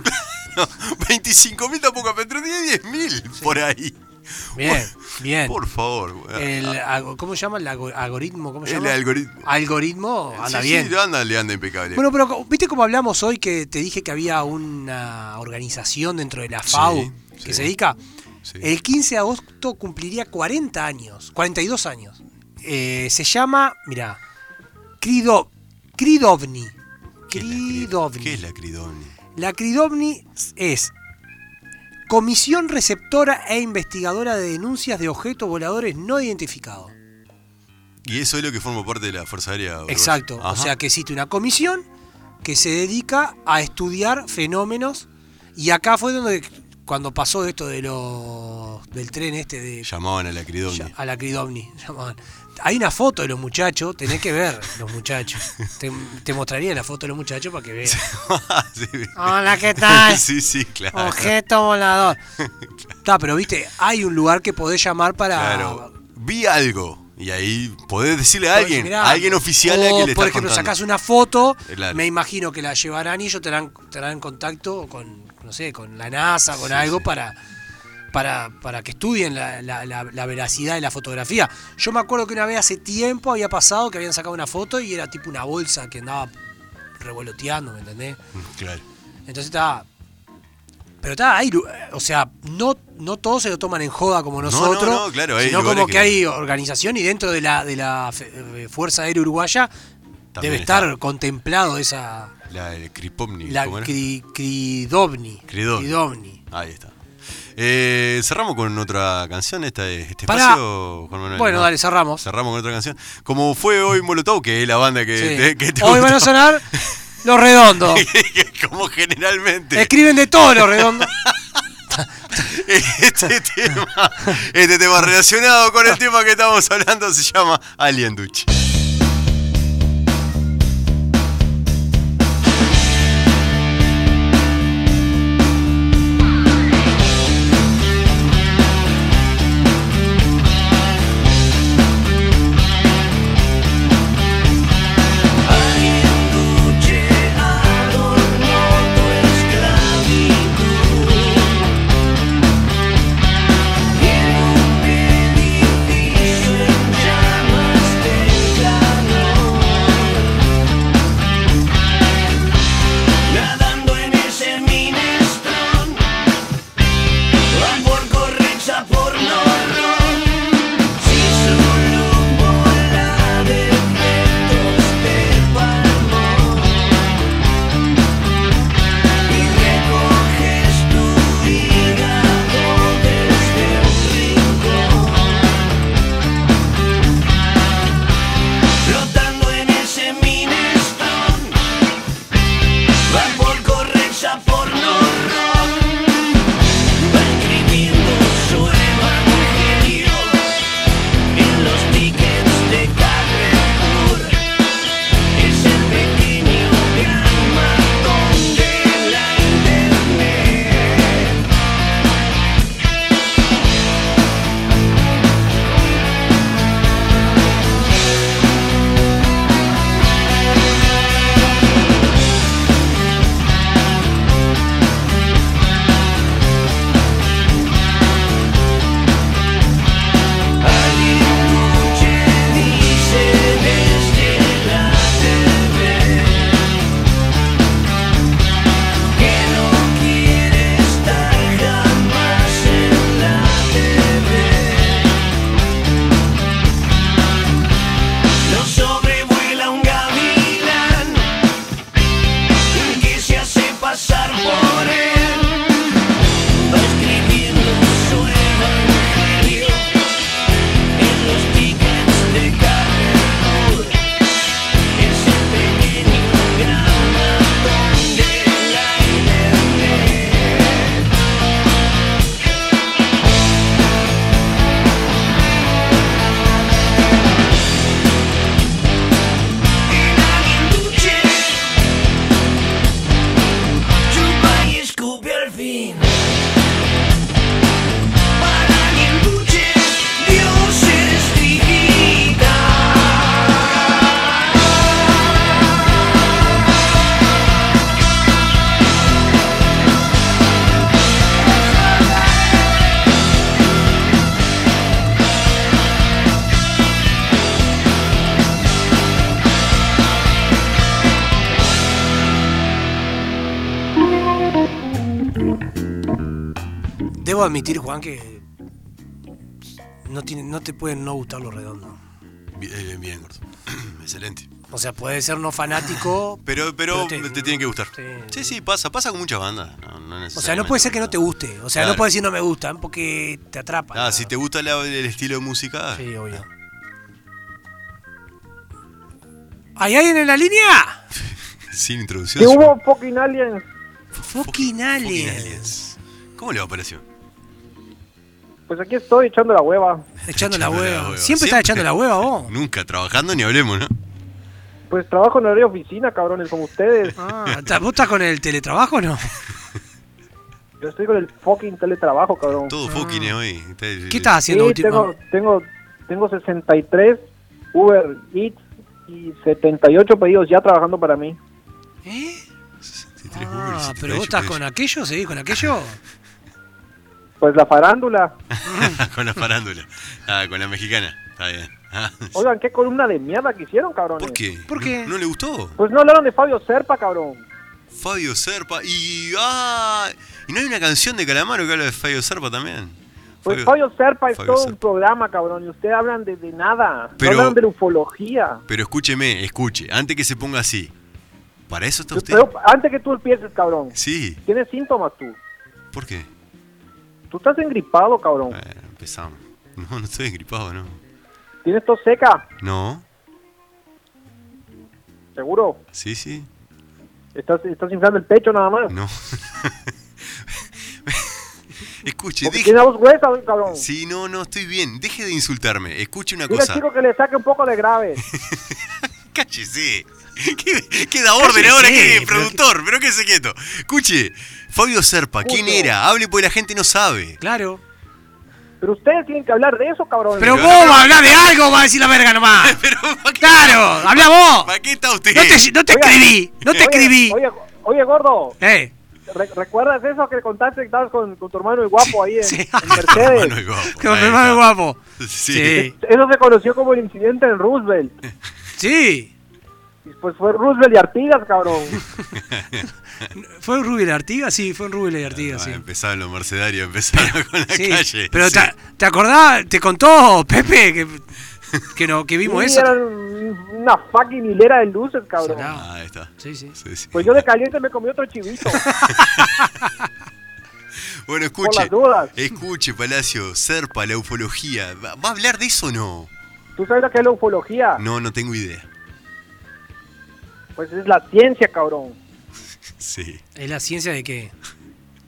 No, 25.000 tampoco, pero entre 10 y 10.000 por ahí. Bien, bien. Por favor, güey. El algo- ¿Cómo se llama? El algo- algoritmo. ¿Cómo se El llama? algoritmo. Algoritmo anda Ah, Sí, bien. Sí, anda, le anda impecable. Bueno, pero co- viste como hablamos hoy que te dije que había una organización dentro de la FAO Sí, que sí. se dedica. Sí. El 15 de agosto cumpliría 40 años, 42 años. Eh, se llama, mira, Krido, Kridovni. ¿Qué es la Kridovni. ¿Qué es la cridovni? La CRIDOVNI es Comisión Receptora e Investigadora de Denuncias de Objetos Voladores No Identificados. Y eso es lo que forma parte de la Fuerza Aérea. Uruguaya. Exacto. O Ajá. sea que existe una comisión que se dedica a estudiar fenómenos. Y acá fue donde cuando pasó esto de los del tren este de Llamaban a la cridovni. ya- a la Cridovni. llamaban. Hay una foto de los muchachos, tenés que ver los muchachos. Te, te mostraría la foto de los muchachos para que veas. Sí. Hola, ¿qué tal? Sí, sí, claro. Objeto volador. Está, pero viste, hay un lugar que podés llamar para. Claro. Vi algo. Y ahí podés decirle a Podés alguien, mirar. a alguien oficial a O, quien le Por estás ejemplo, contando. sacás una foto, Claro. me imagino que la llevarán y ellos te harán, te harán contacto con, no sé, con la NASA, con Sí, algo sí. para. Para, para que estudien la, la- la- la veracidad de la fotografía. Yo me acuerdo que una vez hace tiempo había pasado que habían sacado una foto y era tipo una bolsa que andaba revoloteando, ¿me entendés? Claro. Entonces está. Pero está ahí, o sea, no, no todos se lo toman en joda como nosotros. no, no, claro, hay sino lugares como que, que- hay organización y dentro de la, de la fe- eh, Fuerza Aérea Uruguaya También debe estar está. contemplado esa. La el Kripovni, La ¿cómo era? cri- Cridovni. Cridovni. Ahí está. Eh, cerramos con otra canción. Esta es, este Pará. espacio, Juan Manuel. Bueno, ¿no? dale, cerramos. Cerramos con otra canción. Como fue hoy Molotov, que es la banda que, Sí. eh, te, que te Hoy van a gustó. sonar los redondos. Como generalmente. Escriben de todo los redondos. Este tema, este tema relacionado con el tema que estamos hablando se llama Alien Duch. En un edificio en llamas de debo admitir, Juan, que no, tiene, no te pueden no gustar lo redondo. Bien, eh, bien, bien, gordo. Excelente. O sea, puede ser no fanático, Pero, pero Pero te, te- tiene que gustar. te- Sí, sí, pasa. Pasa con muchas bandas. No, no O sea, no puede ser que no te guste. O sea, Claro. no puedes decir no me gustan porque te atrapa. Ah, si te gusta la- el estilo de música. Sí, obvio. ¿Hay alguien en la línea? Sin introducción. Que hubo Oh, fucking aliens. Fucking Fucking aliens. aliens. ¿Cómo le va a parecer? Pues aquí estoy echando la hueva. Echando la Echando la hueva. Siempre hueva. estás Siempre. echando la hueva vos. Ah. Nunca trabajando ni hablemos, ¿no? Pues trabajo en horario de oficina, cabrones, como ustedes. Ah, ¿ta- ¿Vos estás con el teletrabajo o no? Yo estoy con el fucking teletrabajo, cabrón. Todo fucking es hoy. Está- ¿Qué estás haciendo Sí, tengo, últimamente? tengo, tengo 63 Uber Eats y 78 pedidos ya trabajando para mí. ¿Eh? 63 Uber y Ah, 78 pero vos estás pesos. con aquello, seguís con aquello. Pues la farándula. con la farándula. Ah, con la mexicana. Está bien. Ah, Oigan, qué columna de mierda que hicieron, cabrones. ¿Por qué? ¿Por qué? ¿No, no le gustó? Pues no hablaron de Fabio Serpa, cabrón. Fabio Serpa. Y. ¡Ah! ¿Y no hay una canción de Calamaro que habla de Fabio Serpa también? Pues Fabio- Fabio Serpa es Fabio todo Serpa. un programa, cabrón. Y ustedes hablan de, de nada. No Pero- hablan de la ufología. Pero escúcheme, escuche. Antes que se ponga así. ¿Para eso está usted? Pero antes que tú empieces, cabrón. Sí. Tienes síntomas tú. ¿Por qué? Tú estás engripado, cabrón. Bueno, empezamos. No, no estoy gripado, no. Tienes tos seca, No. seguro. Sí, sí. Estás, estás inflando el pecho nada más. No. Escuche, Porque deje. tienes la voz gruesa, güey, cabrón. Sí, no, no, estoy bien. Deje de insultarme. Escuche una Dile al cosa. chico que le saque un poco de grave. Cállese. ¿Qué, qué da orden Cállese, ahora? ¿Qué pero productor? Pero quédese quieto. Escuche, Fabio Serpa, ¿quién Justo. era? Hable porque la gente no sabe. Claro. Pero ustedes tienen que hablar de eso, cabrón. Pero vos vas a hablar de algo, vas a decir la verga nomás. Pero, ¿para qué, Claro, habla vos. para qué está usted? No te, no te Oiga. escribí, no te Oye, escribí. Oye, oye, gordo. Eh. re- ¿Recuerdas eso que le contaste que estabas con, con tu hermano el guapo ahí en, Sí. en Mercedes? Manuel Guapo, Con mi ahí hermano está. guapo. Sí. Sí. Eso se conoció como el incidente en Roosevelt. Eh. Sí. Y pues fue Roosevelt y Artigas, cabrón. ¿Fue un Rubio de Artigas? Sí, fue un Rubio de Artigas, Ah, sí. Empezaron los mercenarios, empezaron con la Sí, calle. pero sí. Te, te acordás, te contó Pepe que, que, no, que vimos Y eso. eran un- una fucking hilera de luces, cabrón. Sonaba. Ah, ahí está. Sí, sí. Sí, sí. Pues yo de caliente me comí otro chivito. Bueno, escuche. las dudas. Escuche, Palacio, Serpa, la ufología. ¿Va va a hablar de eso o no? ¿Tú sabes lo que es la ufología? No, no tengo idea. Pues es la ciencia, cabrón. Sí. ¿Es la ciencia de qué?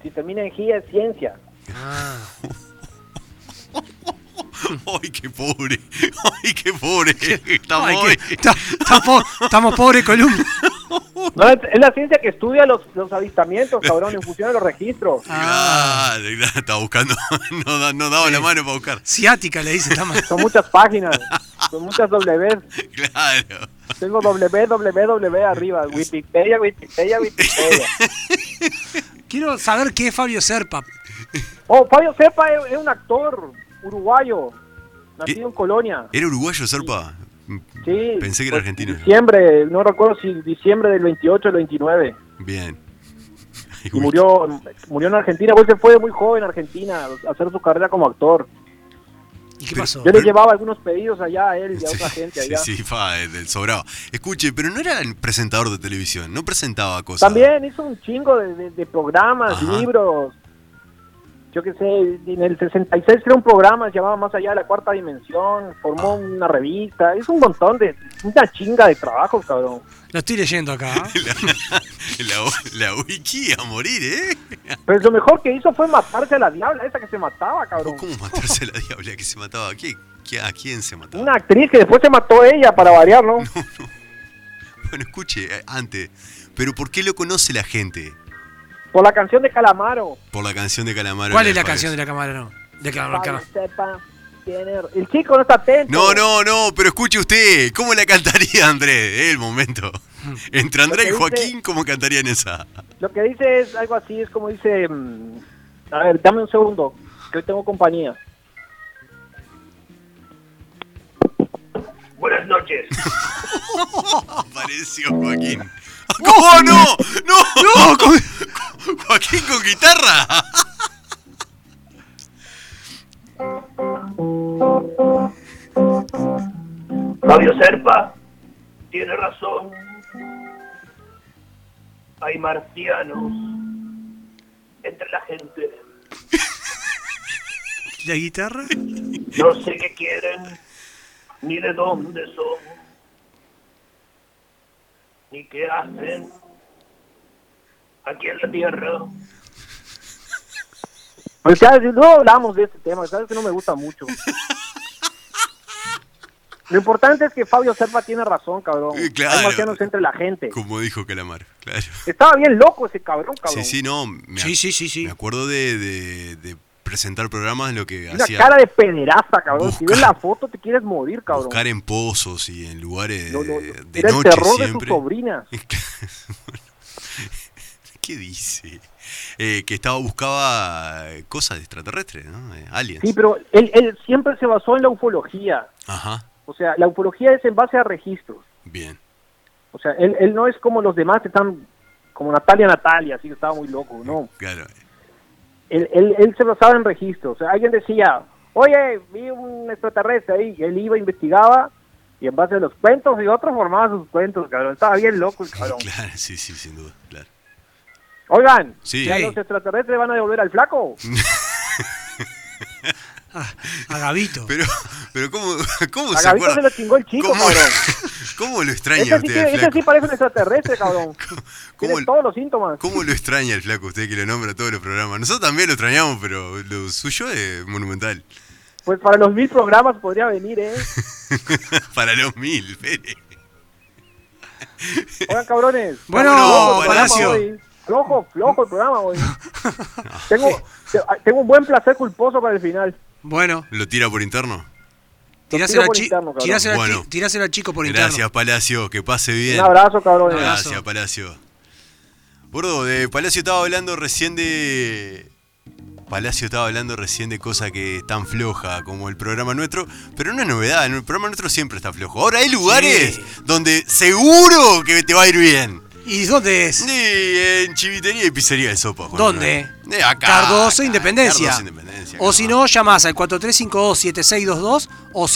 Si termina en GIA es ciencia. Ah, ¡Ay, qué pobre! ¡Ay, qué pobre! Estamos Ay, hoy. que- ta- ta- po- estamos pobres columna. No, es, es la ciencia que estudia los, los avistamientos, cabrón, en función de los registros. Ah, estaba buscando. No, da- no daba la mano para buscar. Ciática le dice la mano. Son muchas páginas, son muchas W. Claro. Tengo www arriba, Wikipedia, Wikipedia, Wikipedia. Quiero saber qué es Fabio Serpa. Oh, Fabio Sepa es, es un actor uruguayo, nacido ¿Qué? en Colonia. ¿Era uruguayo, Serpa? Sí, Pensé que pues, era argentino. Diciembre, no recuerdo si diciembre del 28 o el 29. Bien. Ay, Y güey. murió, murió en Argentina, pues se fue de muy joven a Argentina a hacer su carrera como actor. ¿Y qué pasó? Yo le llevaba algunos pedidos allá a él y a otra gente Sí, allá. sí, fa, es del sobrado. Escuche, pero no era el presentador de televisión, no presentaba cosas. También hizo un chingo de, de- de programas, Ajá. libros. Yo qué sé, en el 66 creó un programa, se llamaba Más Allá de la Cuarta Dimensión, Ah. formó una revista, hizo un montón de, una chinga de trabajo, cabrón. Lo estoy leyendo acá. ¿eh? La, la, la wiki a morir, ¿eh? Pero lo mejor que hizo fue matarse a la diabla, esa que se mataba, cabrón. ¿Cómo matarse a la diabla que se mataba? ¿A quién, ¿A quién se mataba? Una actriz que después se mató ella, para variar, ¿no? Bueno, escuche, eh, antes, pero ¿por qué lo conoce la gente? Por la canción de Calamaro. Por la canción de Calamaro. ¿Cuál y es la Fabio. canción de la cámara? No. De cámara, Para cámara. que sepa quién er- El chico no está atento. No, no, no, pero escuche usted, ¿cómo la cantaría Andrés? Eh, el momento. Entre Andrés y Lo que dice- Joaquín, ¿cómo cantarían esa? Lo que dice es algo así, es como dice... mm, A ver, dame un segundo, que hoy tengo compañía. Apareció Joaquín. ¡Oh, no! ¡No! ¡No! ¿Joaquín con guitarra? Fabio Serpa tiene razón. Hay marcianos entre la gente. ¿La guitarra? No sé qué quieren, ni de dónde son, ni qué hacen aquí en la tierra. Pues ya, no hablamos de este tema, sabes que no me gusta mucho. Lo importante es que Fabio Serpa tiene razón, cabrón. Eh, claro. Hay marcianos entre la gente. Como dijo Calamar, claro. Estaba bien loco ese cabrón, cabrón. Sí, sí, no. Me, ac- Sí, sí, sí, sí. me acuerdo de, de- de presentar programas en lo que Una hacía cara de pederasta, cabrón. Si Busca- ves la foto te quieres morir, cabrón. buscar en pozos y en lugares No, no, no. de, de Era el noche terror de su siempre. sobrina. ¿Qué dice? Eh, que estaba buscaba eh, cosas de extraterrestres, ¿no? Eh, aliens. Sí, pero él, él siempre se basó en la ufología. Ajá, O sea, la ufología es en base a registros. bien. O sea, él, él no es como los demás que están como Natalia Natalia, así que estaba muy loco, ¿no? Claro. Él, él, él se basaba en registros. O sea, alguien decía, oye, vi un extraterrestre ahí. Y él iba, investigaba, y en base a los cuentos y otros formaba sus cuentos, cabrón. Estaba bien loco el cabrón. Claro, sí, sí, sin duda, claro. Oigan, Sí. ¿ya Sí. los extraterrestres van a devolver al flaco? Ah, a Gabito. Pero, pero ¿cómo, cómo A se Gabito acuerda? se lo chingó el chico, ¿Cómo, cabrón. ¿Cómo lo extraña Ese sí, usted que- al ese flaco? sí parece un extraterrestre, cabrón. ¿Cómo, Tiene todos los síntomas. cómo lo extraña el flaco usted que lo nombra todos los programas? Nosotros también lo extrañamos, pero lo suyo es monumental. Pues para los mil programas podría venir, ¿eh? Para los mil, Fede. Oigan, cabrones. Bueno, flojo el programa Palacio. hoy. Flojo, flojo el programa hoy. tengo, te- tengo un buen placer culposo para el final. Bueno, ¿Lo tira por interno? tiráselo, a por chi- interno, cabrón. tiráselo a chi- Bueno. tiráselo al chico por Gracias, interno. Palacio. Que pase bien. Un abrazo, cabrones. Un abrazo. Gracias, Palacio. Gordo, de Palacio estaba hablando recién de. Palacio estaba hablando recién de cosas que están floja como el programa nuestro, pero no es novedad, el programa nuestro siempre está flojo. Ahora hay lugares Sí. donde seguro que te va a ir bien. ¿Y dónde es? Sí, en Chivitería y Pizzería de Sopa. Juan ¿Dónde? Manuel. Eh, acá. Cardoso acá, Independencia. Cardoso Independencia. O acá. si no, llamás al 4352-7622 o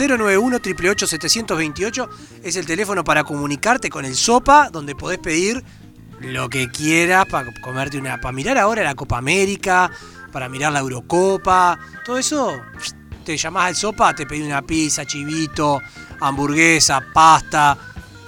091-888-728. Es el teléfono para comunicarte con el Sopa, donde podés pedir lo que quieras para comerte una. Para mirar ahora la Copa América, para mirar la Eurocopa, todo eso. Te llamás al Sopa, te pedí una pizza, chivito, hamburguesa, pasta,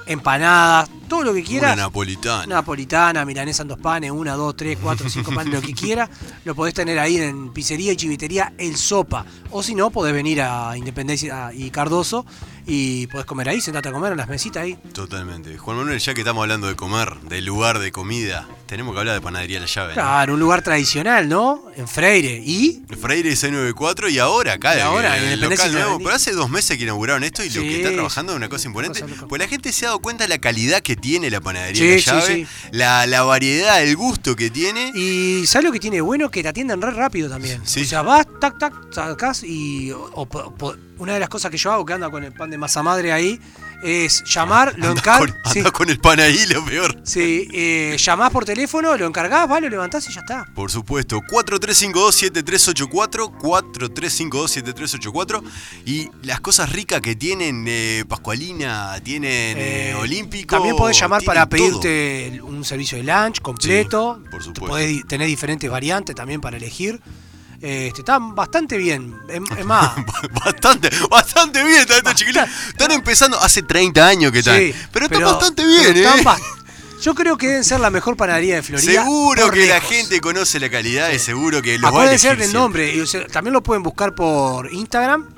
empanadas, todo lo que Una quieras. napolitana. Napolitana, milanesa en dos panes, una, dos, tres, cuatro, cinco panes, lo que quiera, lo podés tener ahí en pizzería y chivitería El Sopa. O si no, podés venir a Independencia y Cardoso y podés comer ahí, sentarte a comer en las mesitas ahí. Totalmente. Juan Manuel, ya que estamos hablando de comer, del lugar de comida, tenemos que hablar de panadería La Llave. ¿no? Claro, un lugar tradicional, ¿no? En Freire. Y Freire 694 y ahora acá Y el- ahora, el, Independencia local nuevo. Independiente. Pero hace dos meses que inauguraron esto y lo que Sí, está trabajando es una sí, cosa una imponente. cosa loca. Pues la gente se ha dado cuenta de la calidad que tiene la panadería Sí, La sí, Llave, sí. La, la variedad, el gusto que tiene. Y ¿sabes lo que tiene bueno? Que te atienden re rápido también. Sí. O sea, vas, tac, tac, sacás y. o- o po- po- una de las cosas que yo hago, que anda con el pan de masa madre ahí, es llamar, lo Andás encargo. con, andás con el pan ahí, lo peor. Sí, eh, llamás por teléfono, lo encargás, va, lo levantás y ya está. Por supuesto, 4352-7384, 4352-7384. Y las cosas ricas que tienen, eh, Pascualina, tienen eh, Eh, Olímpico. También podés llamar tienen para todo. pedirte un servicio de lunch completo. Sí, por supuesto. Podés di- tener diferentes variantes también para elegir. Eh, Este, están bastante bien. Es es más, Bastante, bastante bien están estos chiquilines. Están empezando hace 30 años que están. sí, pero están bastante bien, pero ¿eh? están bas- Yo creo que deben ser la mejor panadería de Florida. Seguro por que la lejos. gente conoce la calidad y seguro que los va a Acuérdense elegir del siempre. nombre. y, o sea, también lo pueden buscar por Instagram.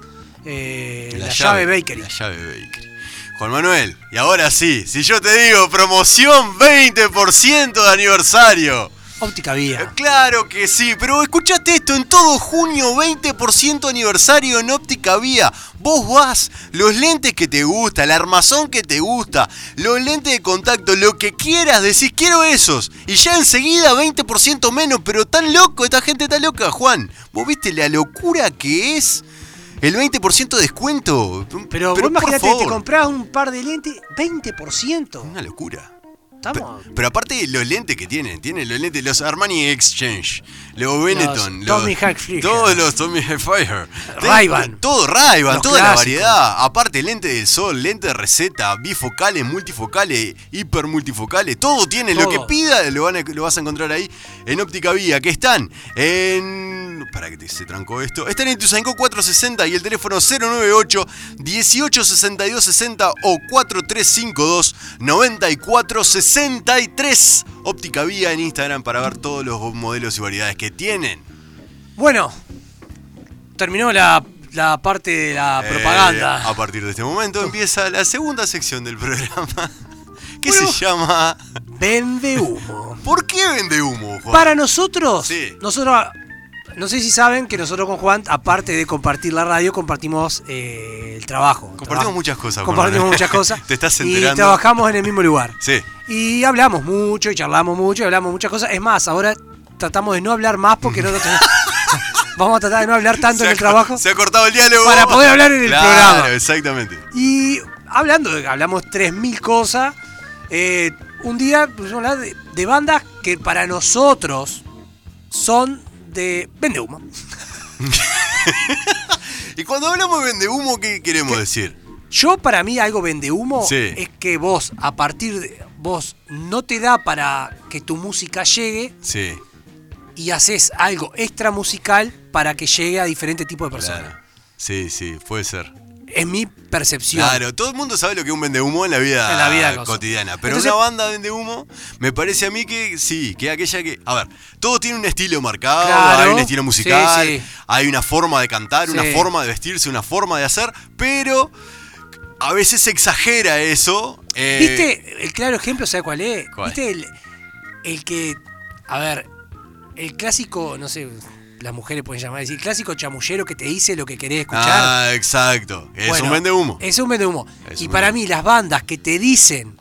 eh, la, llave, Bakery. La llave Bakery. Juan Manuel, y ahora sí, si yo te digo promoción 20% de aniversario. Óptica Vía. Eh, Claro que sí, pero escuchate esto, en todo junio 20% aniversario en Óptica Vía. Vos vas, los lentes que te gusta, la armazón que te gusta, los lentes de contacto, lo que quieras, decís quiero esos. Y ya enseguida 20% menos, pero tan loco, esta gente está loca, Juan. ¿Vos viste la locura que es? El 20% de descuento. Pero, vos por imaginate, te favor. comprás un par de lentes, 20%. Una locura. estamos. Pero aparte los lentes que tienen, tienen los lentes, los Armani Exchange, los Benetton, los, Tommy Hilfiger. todos los Tommy Hilfiger, Ray-Ban. todo Ray-Ban, Los toda la clásicos. variedad, aparte lente del sol, lente de receta, bifocales, multifocales, hipermultifocales, todo tiene lo Todo. que pida, lo, van a- lo vas a encontrar ahí en Óptica Vía, que están en... Para que te- se trancó esto. Están en Tusanco 460 y el teléfono 098 1862 60 o 4352 9463. Óptica Vía en Instagram para ver todos los modelos y variedades que tienen. Bueno, terminó la, la parte de la Eh, propaganda. a partir de este momento empieza la segunda sección del programa. Que Bueno. se llama Vende humo. ¿Por qué vende humo, Juan? Para nosotros, Sí. nosotros, no sé si saben que nosotros con Juan, aparte de compartir la radio, compartimos eh, el trabajo. Compartimos Traba- muchas cosas, Juan. Compartimos muchas cosas. Te estás Y enterando. trabajamos en el mismo lugar. Sí. Y hablamos mucho, y charlamos mucho, y hablamos muchas cosas. Es más, ahora tratamos de no hablar más porque no lo tenemos- Vamos a tratar de no hablar tanto Se en ha el co- trabajo. Se ha cortado el diálogo. Para poder hablar en el Claro, programa. exactamente. Y hablando de que hablamos 3.000 cosas, eh, un día pusimos a hablar de, de bandas que para nosotros son de vende humo. Y cuando hablamos de vende humo, ¿qué queremos decir? Yo para mí algo vende humo Sí. es que vos a partir de vos no te da para que tu música llegue Sí, y haces algo extra musical para que llegue a diferente tipo de personas. claro. Sí, sí, puede ser. Es mi percepción. Claro, todo el mundo sabe lo que es un vende humo en la vida, En la vida, cotidiana. cosa. Pero Entonces- una banda vende humo, me parece a mí que sí, que aquella que. A ver, todo tiene un estilo marcado, Claro. hay un estilo musical, Sí, sí. hay una forma de cantar, una Sí. forma de vestirse, una forma de hacer, pero a veces se exagera eso. eh, ¿Viste? El claro ejemplo, ¿sabes cuál es? ¿Cuál? ¿Viste el, el que. A ver, el clásico, no sé, las mujeres pueden llamar decir, clásico chamullero que te dice lo que querés escuchar. Ah, exacto. Es Bueno, eh, un vende humo. Es un vende humo. Es y un para vendehumo. mí, las bandas que te dicen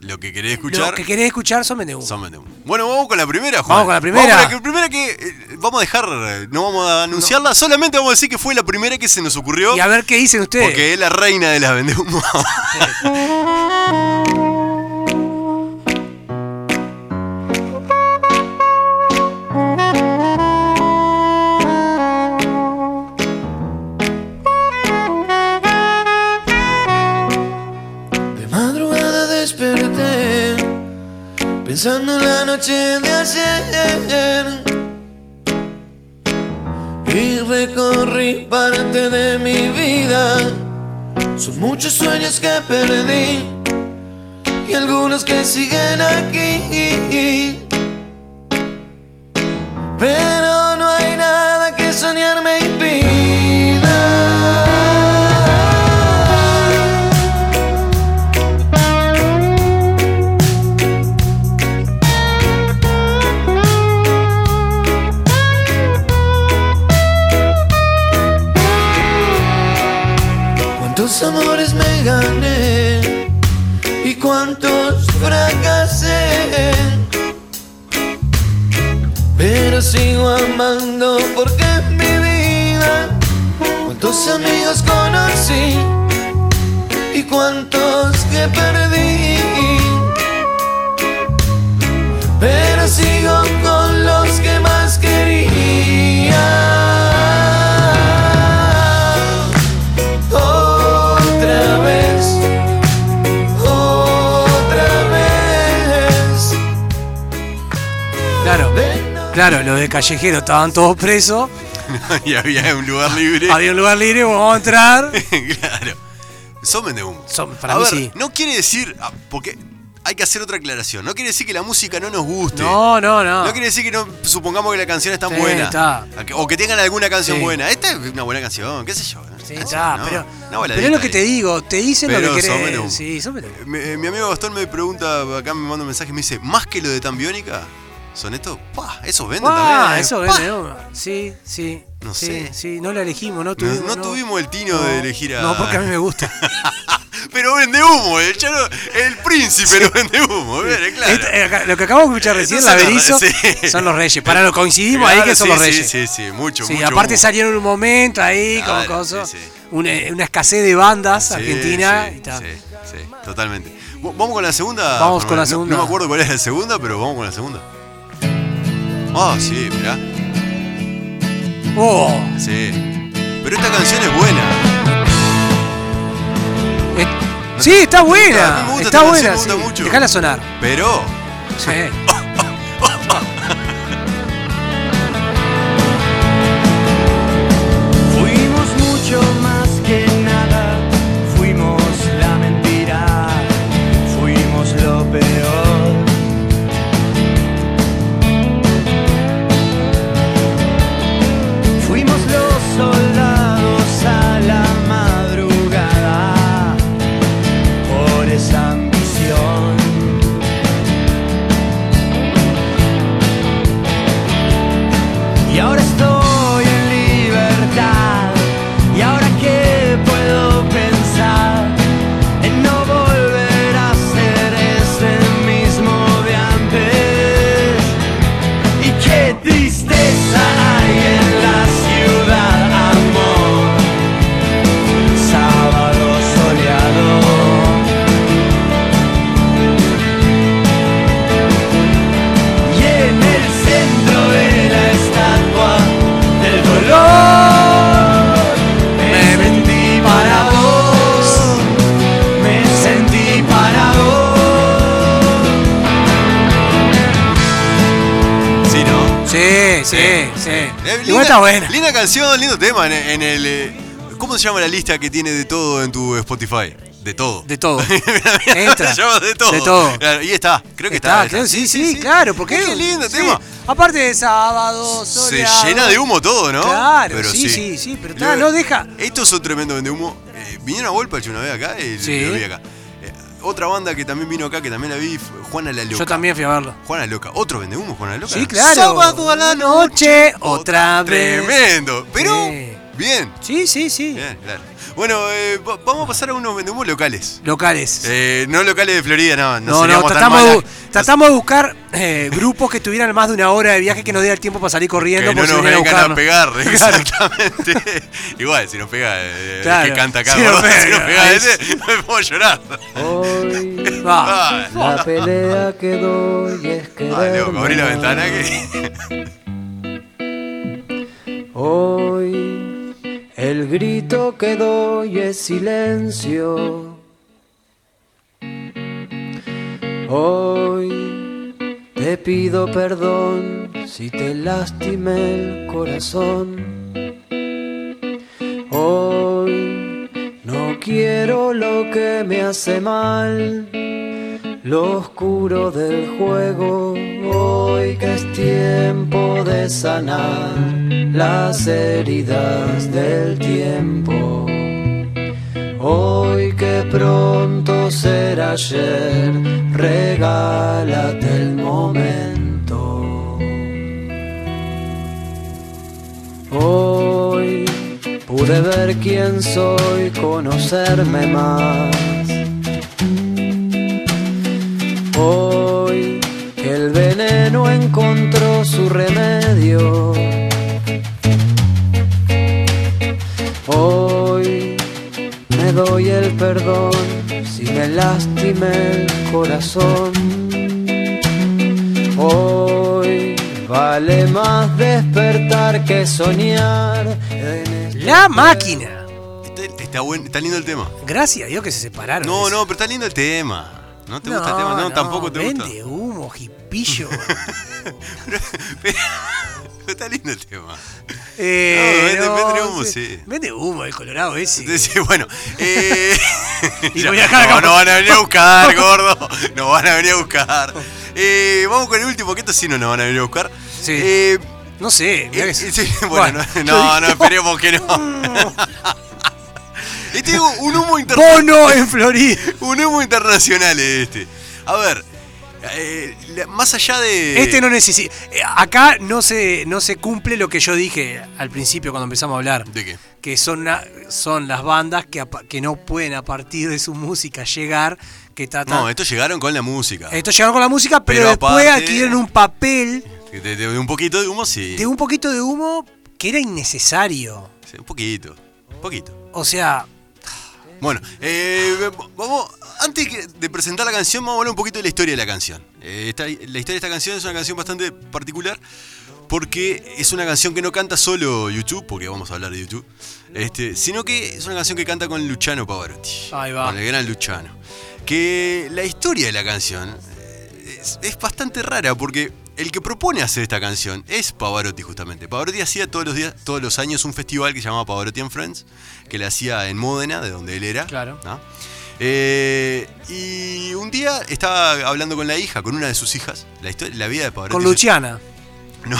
Lo que querés escuchar. lo que querés escuchar son vende humo. Son vende humo. Bueno, vamos con la primera, Juan. Vamos con la primera. Vamos con la que- primera que eh, vamos a dejar, eh, no vamos a anunciarla, solamente vamos a decir que fue la primera que se nos ocurrió. Y a ver qué dicen ustedes. Porque es la reina de las vendehumos. De madrugada desperté pensando en la noche de ayer y recorrí parte de mi vida. Son muchos sueños que perdí y algunos que siguen aquí. Pero no hay nada que soñar me impida. Cuántos amores me gané y cuántos fracasé. Pero sigo amando porque es mi vida. Cuántos amigos conocí y cuántos que perdí. Pero sigo con los que más quería. Otra vez, otra vez. Claro. Claro, los de callejero estaban todos presos. y había un lugar libre. Había un lugar libre, vamos a entrar. claro. Son vendehumos. Son- para a mí ver, sí. no quiere decir. ah, Porque hay que hacer otra aclaración. No quiere decir que la música no nos guste. No, no, no. No quiere decir que no supongamos que la canción es tan Sí, buena. está. O que tengan alguna canción Sí. buena. Esta es una buena canción, qué sé yo. Sí, No, está, no, pero, una baladita pero es lo que te ahí. digo, te dicen Pero lo que son vende humo. querés. Sí, son vende humo. Mi, eh, mi amigo Gastón me pregunta, acá me manda un mensaje, me dice, más que lo de Tambiónica, son estos, pa, esos venden Ah, también. eh, eso pa". vende humo. Sí, sí. No sí, sé. Sí, no la elegimos, no No, tuvimos. no tuvimos el tino de elegir a... No, porque a mí me gusta. pero vende humo. El, chano, el príncipe no vende humo. mira, claro. Esto, eh, acá- lo que acabamos de escuchar recién, la son los re- Berizo, sí. son los reyes. Para lo coincidimos ahí Claro, que son sí, los sí, reyes. Sí, sí, mucho, Sí, mucho. aparte humo. salieron en un momento ahí con Claro, cosas. sí, sí. Una, eh, una escasez de bandas Sí, argentina. sí, y ta. sí, sí, totalmente. Bu- Vamos con la segunda. Vamos con la No- segunda. No, me acuerdo cuál es la segunda, pero vamos con la segunda. Ah, sí, mirá. Oh, Sí. Pero esta canción es buena. eh, sí, está a mí me buena. gusta Está esta buena. canción, me sí. gusta mucho. Dejala sonar. Pero. Sí. Fuimos mucho más que nada, fuimos la mentira, fuimos lo peor. Fuimos los soldados a la madrugada por esa ambición. Y ahora estoy en libertad. Y ahora que puedo pensar en no volver a ser ese mismo de antes. Y qué tristeza hay en la ciudad, amor. Sábado soleado. y en el centro de la estatua del dolor me sentí para vos, me sentí para vos. Sí, ¿no? Sí, sí, sí. Eh, Igual está buena. Linda canción, lindo tema en, en el. eh, ¿Cómo se llama la lista que tiene de todo en tu Spotify? De todo. De todo. Mirá, mirá, Entra. se llama de todo. De todo. Claro, y está, creo que Está, está. esta. claro, sí, sí, claro, porque Qué lindo tema. Aparte de sábado, Se soleado. llena de humo todo, ¿no? Claro, sí, sí, sí, pero está, Lo- no deja. Esto es un tremendo vende humo. Eh, vinieron a Volpach una vez acá y Sí. lo vi acá. Eh, otra banda que también vino acá, que también la vi, fue Juana la Loca. Yo también fui a verlo. Juana Loca. ¿Otro vende humo, Juana Loca? Sí, claro. Sábado a la noche. otra vez. Tremendo. Pero, Sí. bien. Sí, sí, sí. Bien, claro. Bueno, eh, va- vamos a pasar a unos vendehumos locales. Locales. Eh, no locales de Florida, no, no. No, no, seríamos tan tratamos, de, malas. bu- tratamos de buscar eh, grupos que tuvieran más de una hora de viaje que nos diera el tiempo para salir corriendo. Que no por si nos venían a vengan a buscarnos. pegar, Claro. exactamente. Igual, si nos pega, eh, Claro. que canta acá, Si nos gordo? pega, si nos pega ahí ese, me puedo llorar. Hoy Va. Ah, la pelea que doy es que ah, loco, abrí la ventana que. Hoy el grito que doy es silencio. Hoy te pido perdón si te lastimé el corazón. Hoy no quiero lo que me hace mal. Lo oscuro del juego, hoy que es tiempo de sanar las heridas del tiempo. Hoy que pronto será ayer, regálate el momento. Hoy pude ver quién soy, conocerme más. Hoy que el veneno encontró su remedio. Hoy me doy el perdón si me lastimé el corazón. Hoy vale más despertar que soñar. en este La máquina. Está, está buen- está lindo el tema. Gracias a Dios que se separaron. No, no, pero está lindo el tema. ¿No te gusta el tema? No, tampoco te gusta. Vende humo, hipillo. Está lindo el tema. Eh, No, vende- vende humo, se- sí. Vende humo el Colorado ese. Entonces, bueno, eh, Y ya, lo voy a dejar acá. no, no van a venir a buscar, gordo. No van a venir a buscar. Eh, vamos con el último, que esto sí no nos van a venir a buscar. Sí. Eh, No sé. mirá eh, que sí. sí, bueno, Bueno, yo no, no, digo- esperemos que no. este es un humo internacional. Bono en Florida. Un humo internacional es este. A ver, eh, la- más allá de. Este no necesita. Acá no se, no se cumple lo que yo dije al principio cuando empezamos a hablar. ¿De qué? que son, na- son las bandas que, apa- que no pueden a partir de su música llegar, que tratan... No, estos llegaron con la música. Estos llegaron con la música, pero, Pero después aparte- adquirieron un papel De, de- de un poquito de humo, sí. de un poquito de humo que era innecesario. Sí, un poquito. Un poquito. O sea, Bueno, eh, vamos, antes que- de presentar la canción, vamos a hablar un poquito de la historia de la canción. Eh, esta- la historia de esta canción es una canción bastante particular porque es una canción que no canta solo YouTube, porque vamos a hablar de YouTube, este, sino que es una canción que canta con Luciano Pavarotti. Ahí va. Con el gran Luciano. Que la historia de la canción eh, es, es bastante rara porque el que propone hacer esta canción es Pavarotti justamente. Pavarotti hacía todos los días, todos los años un festival que se llamaba Pavarotti and Friends, que le hacía en Módena, de donde él era. Claro. ¿no? Eh, y un día estaba hablando con la hija, con una de sus hijas. La, historia, la vida de Pavarotti. con es- Luciana. no,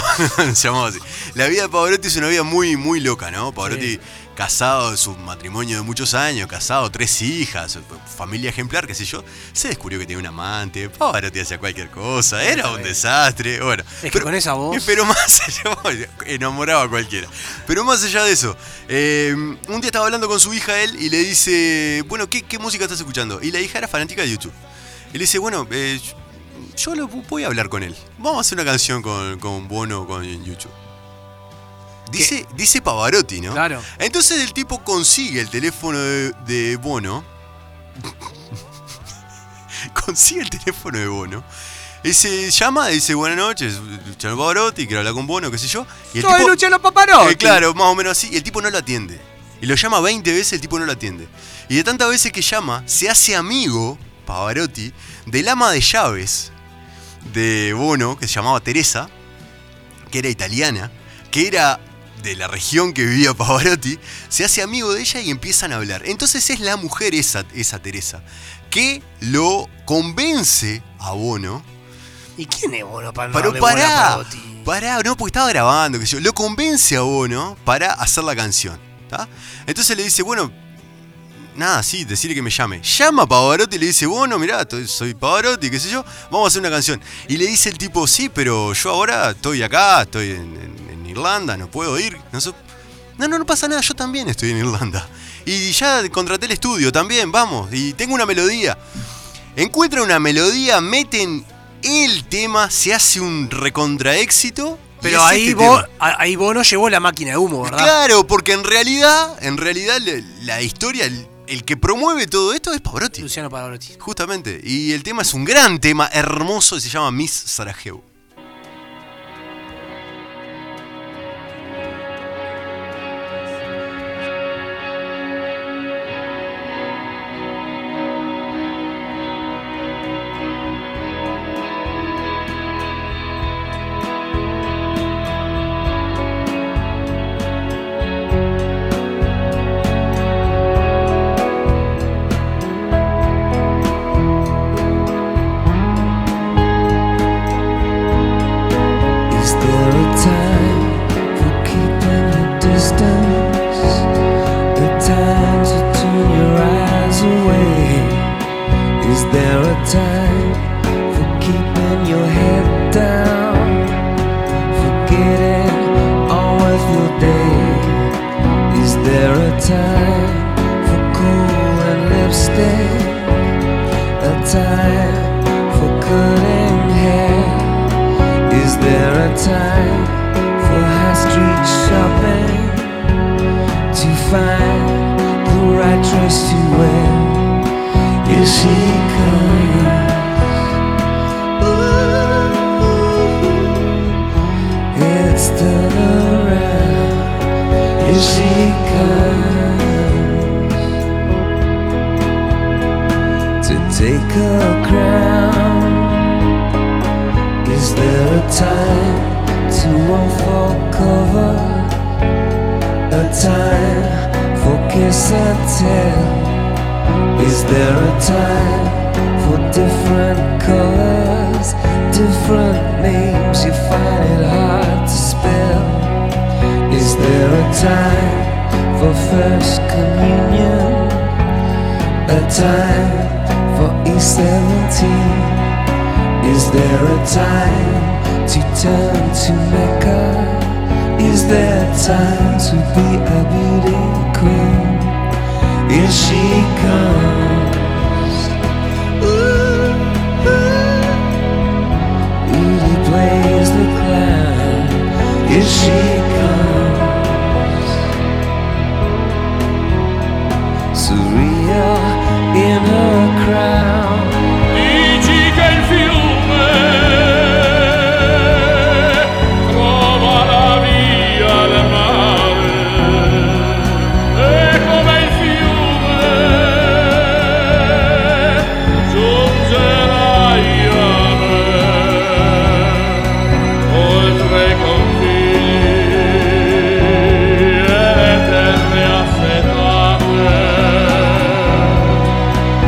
se llamaba así. La vida de Pavarotti es una vida muy, muy loca, ¿no? Pavarotti casado, su matrimonio de muchos años, casado, tres hijas, familia ejemplar, qué sé yo. Se descubrió que tenía un amante, Pavarotti hacía cualquier cosa, era un desastre, bueno. Es que con esa voz- Pero más allá, enamoraba a cualquiera. Pero más allá de eso, eh, un día estaba hablando con su hija él y le dice, bueno, ¿qué, qué música estás escuchando? Y la hija era fanática de YouTube. Y le dice, bueno, eh, yo lo vo- voy a hablar con él. Vamos a hacer una canción con, con Bono, con YouTube. Dice, dice Pavarotti, ¿no? Claro. Entonces el tipo consigue el teléfono de, de Bono. consigue el teléfono de Bono. Y se llama, dice buenas noches, Luciano Pavarotti, quiero hablar con Bono, qué sé yo. Y el Soy tipo- Luciano Paparotti. eh, claro, más o menos así. Y el tipo no lo atiende. Y lo llama 20 veces, el tipo no lo atiende. Y de tantas veces que llama, se hace amigo, Pavarotti, del ama de llaves de Bono, que se llamaba Teresa, que era italiana, que era de la región que vivía Pavarotti, se hace amigo de ella y empiezan a hablar. Entonces es la mujer esa, esa Teresa, que lo convence a Bono ¿Y quién es Bono para pero darle bola a pará, Pavarotti? pará, no, porque estaba grabando, que yo. Lo convence a Bono para hacer la canción. ¿tá? Entonces le dice, bueno, nada, sí, decirle que me llame. Llama a Pavarotti y le dice, Bono, mirá, to- soy Pavarotti, qué sé yo, vamos a hacer una canción. Y le dice el tipo, sí, pero yo ahora estoy acá, estoy en, en- en Irlanda, no puedo ir. No, sé. no, no, no pasa nada, yo también estoy en Irlanda. Y ya contraté el estudio también, vamos, y tengo una melodía. Encuentra una melodía, meten el tema, se hace un recontra éxito. y Pero es ahí, este Bo- tema. a- ahí Bono llevó la máquina de humo, ¿verdad? Claro, porque en realidad, en realidad le- la historia, el, el que promueve todo esto es Pavarotti. Luciano Pavarotti. Justamente. Y el tema es un gran tema, hermoso, y se llama Miss Sarajevo. Is there a time for keeping a distance? The time to turn your eyes away? Is there a time for keeping your head down? Forgetting all of your day? Is there a time for cool and lipstick? A time for cutting hair? Is there a time for high street shopping to find the right dress to wear? Is she coming? Ooh, it's turn around. Is she comes to take her crown? Is there a time to run for cover? A time for kiss and tell? Is there a time for different colors, different names you find it hard to spell? Is there a time for first communion? A time for E17? Is there a time to turn to Mecca? Is there time to be a beauty queen? Here she comes. Ooh, ooh. Beauty plays the clown. Here she comes. Surreal in her crown. Dici che il fiume trova la via al mare e come il fiume giungerai a me oltre i confini e terre affetate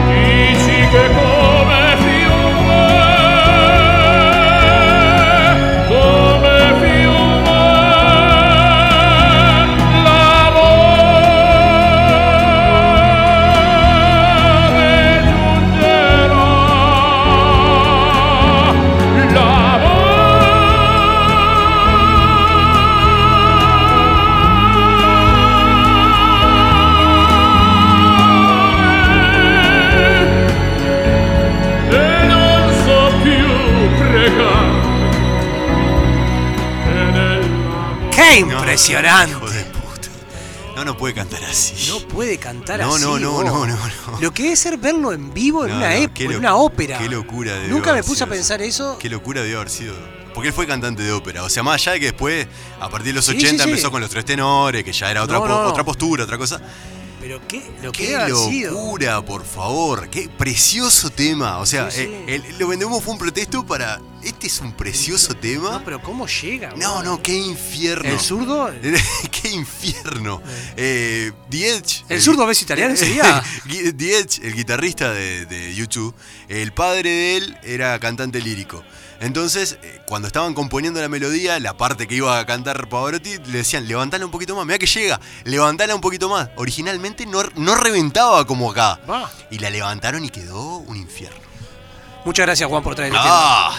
Dici che come fiume, come fiume, l'amore giungerà, l'amore e non so più pregare e nella ¡Qué impresionante! Hijo de puta. No, no puede cantar así. No puede cantar No, así. no, no, vos. no, no, no. Lo que debe ser verlo en vivo en No, una no, época, qué en lo- una ópera. Qué locura de Nunca me puse a pensar eso. Qué locura de haber sido. Porque él fue cantante de ópera. O sea, más allá de que después, a partir de los Sí, 80, sí, sí. empezó con los tres tenores, que ya era otra, No, po- no, no. otra postura, otra cosa. Pero qué, lo que Qué debe haber sido. locura, por favor. Qué precioso tema. O sea, Sí, sí. eh, el- lo vendemos fue un pretexto para. Este es un precioso tema. No, pero ¿cómo llega? No, vos? no, Eh, qué infierno. El zurdo. El, qué infierno. Eh, Diech. zurdo beso italiano ese día. Gui- Diez, el guitarrista de, de YouTube, el padre de él era cantante lírico. Entonces, eh, cuando estaban componiendo la melodía, la parte que iba a cantar Pavarotti, le decían, levantala un poquito más, mira que llega, levantala un poquito más. Originalmente no, no reventaba como acá. Va. Y la levantaron y quedó un infierno. Muchas gracias, Juan, por traer el tema. eh. ¡Ah!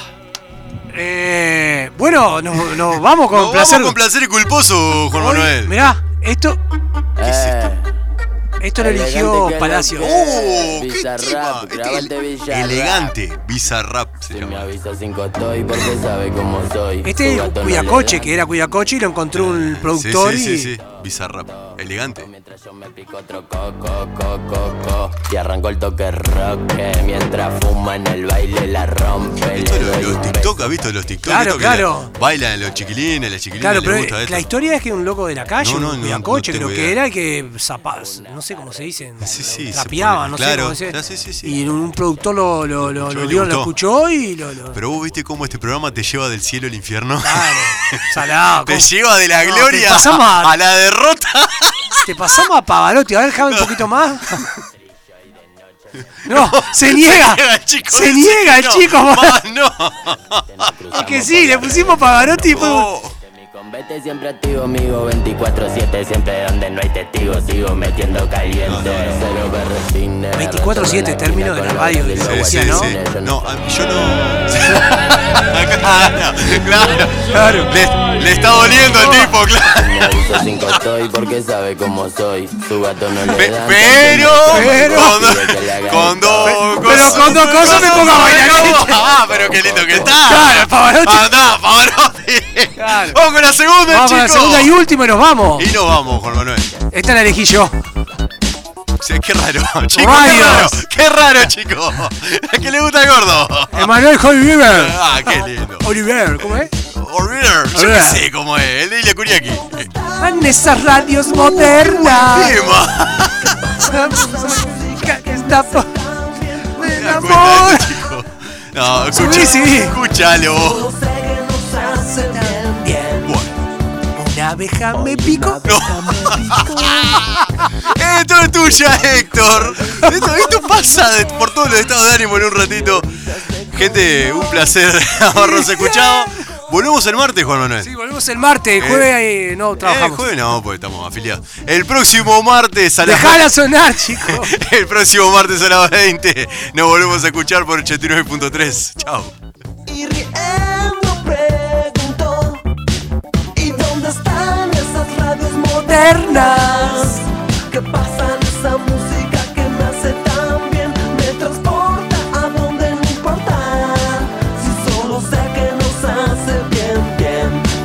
Eh, bueno, nos, nos vamos con Nos vamos placer. con placer y culposo, Juan Hoy, Manuel. Mirá, esto, ¿Qué es Eh. esto? esto lo eligió Elegante que Palacio. lo ¡Oh! ¡Qué Bizarrap, tema! Este es grabate Bizarrap. elegante. Bizarrap se Si me llama. avisa cinco estoy porque sabe cómo soy. Este es Cuyacoche, que era Cuyacoche y lo encontró un productor Sí, sí, y. sí, sí. Bizarrap. Elegante. Mientras yo me pico otro coco, coco, coco Y arranco el toque roque Mientras fuma en el baile la rompe Esto le lo- doy los un TikTok, ¿has visto los TikTok? Claro, Esto que claro. la- Bailan los chiquilines, las chiquilines Claro, les pero gusta esto. la historia es que un loco de la calle, No, no, un no, Cuyacoche, no tengo creo idea. que era, que zapaz, no sé cómo se dicen, Sí, sí, se rapeaba, pone- no claro, sé cómo ya, se sí, sí, sí. Y un, un productor lo, lo, lo, Yo lo le vio, lo gustó. escuchó y lo. lo- Pero vos viste cómo este programa te lleva del cielo al infierno. Claro, salado. Te ¿cómo? lleva de la No, te gloria pasamos a- a la derrota. Te pasamos a Pavarotti, a ver, déjame un poquito más. No, se niega. el chico Se ese. niega el No, chico. más no. Es que sí, le pusimos Pavarotti y fue. Oh, Mi combate siempre activo, amigo 24-7, siempre donde no hay testigos Sigo metiendo caliente Cero berretina 24/7 término de la radio, Sí, sí, decía, sí, ¿no? sí. No, a- yo no. claro, claro. Le, le está doliendo al tipo, claro. Me aviso cinco estoy porque sabe cómo soy Su gato no le Pe- da pero, Pero- con, con dos Pe- pero con dos cosas me pongo a bailar, ¿no? ¿no? Ah, pero qué lindo que está. Claro, Pavarotti. Andá, Pavarotti. Claro. Vamos con la segunda, Vamos a la chicos. segunda y última y nos vamos. Y nos vamos, Juan Manuel. Esta la elegí yo. O sea, qué raro, chicos. Qué raro, Rayos. qué raro, chicos. ¿A qué le gusta el gordo? Emanuel Oliver. Ah, qué lindo. Oliver, ¿cómo es? Orbitter, yo qué Oliver. sé cómo es. El de Ilya Kuriaki. En esas radios modernas. Tema. música que está por el Me da cuenta de amor. esto, chico. Sí, No, sí. escucha- escúchalo. Bueno, Una abeja me picó. Eh, esto es tuya, Héctor. Esto, esto pasa de- por todos los estados de ánimo en un ratito. Gente, un placer habernos escuchado. Volvemos el martes, Juan Manuel. Sí, volvemos el martes, el jueves eh, no Eh, trabajamos. jueves no, pues estamos afiliados. El próximo martes a las Dejala sonar, chicos. El próximo martes a las 20 nos volvemos a escuchar por 89.3. Chao. Y riendo preguntó, ¿y dónde está eternas.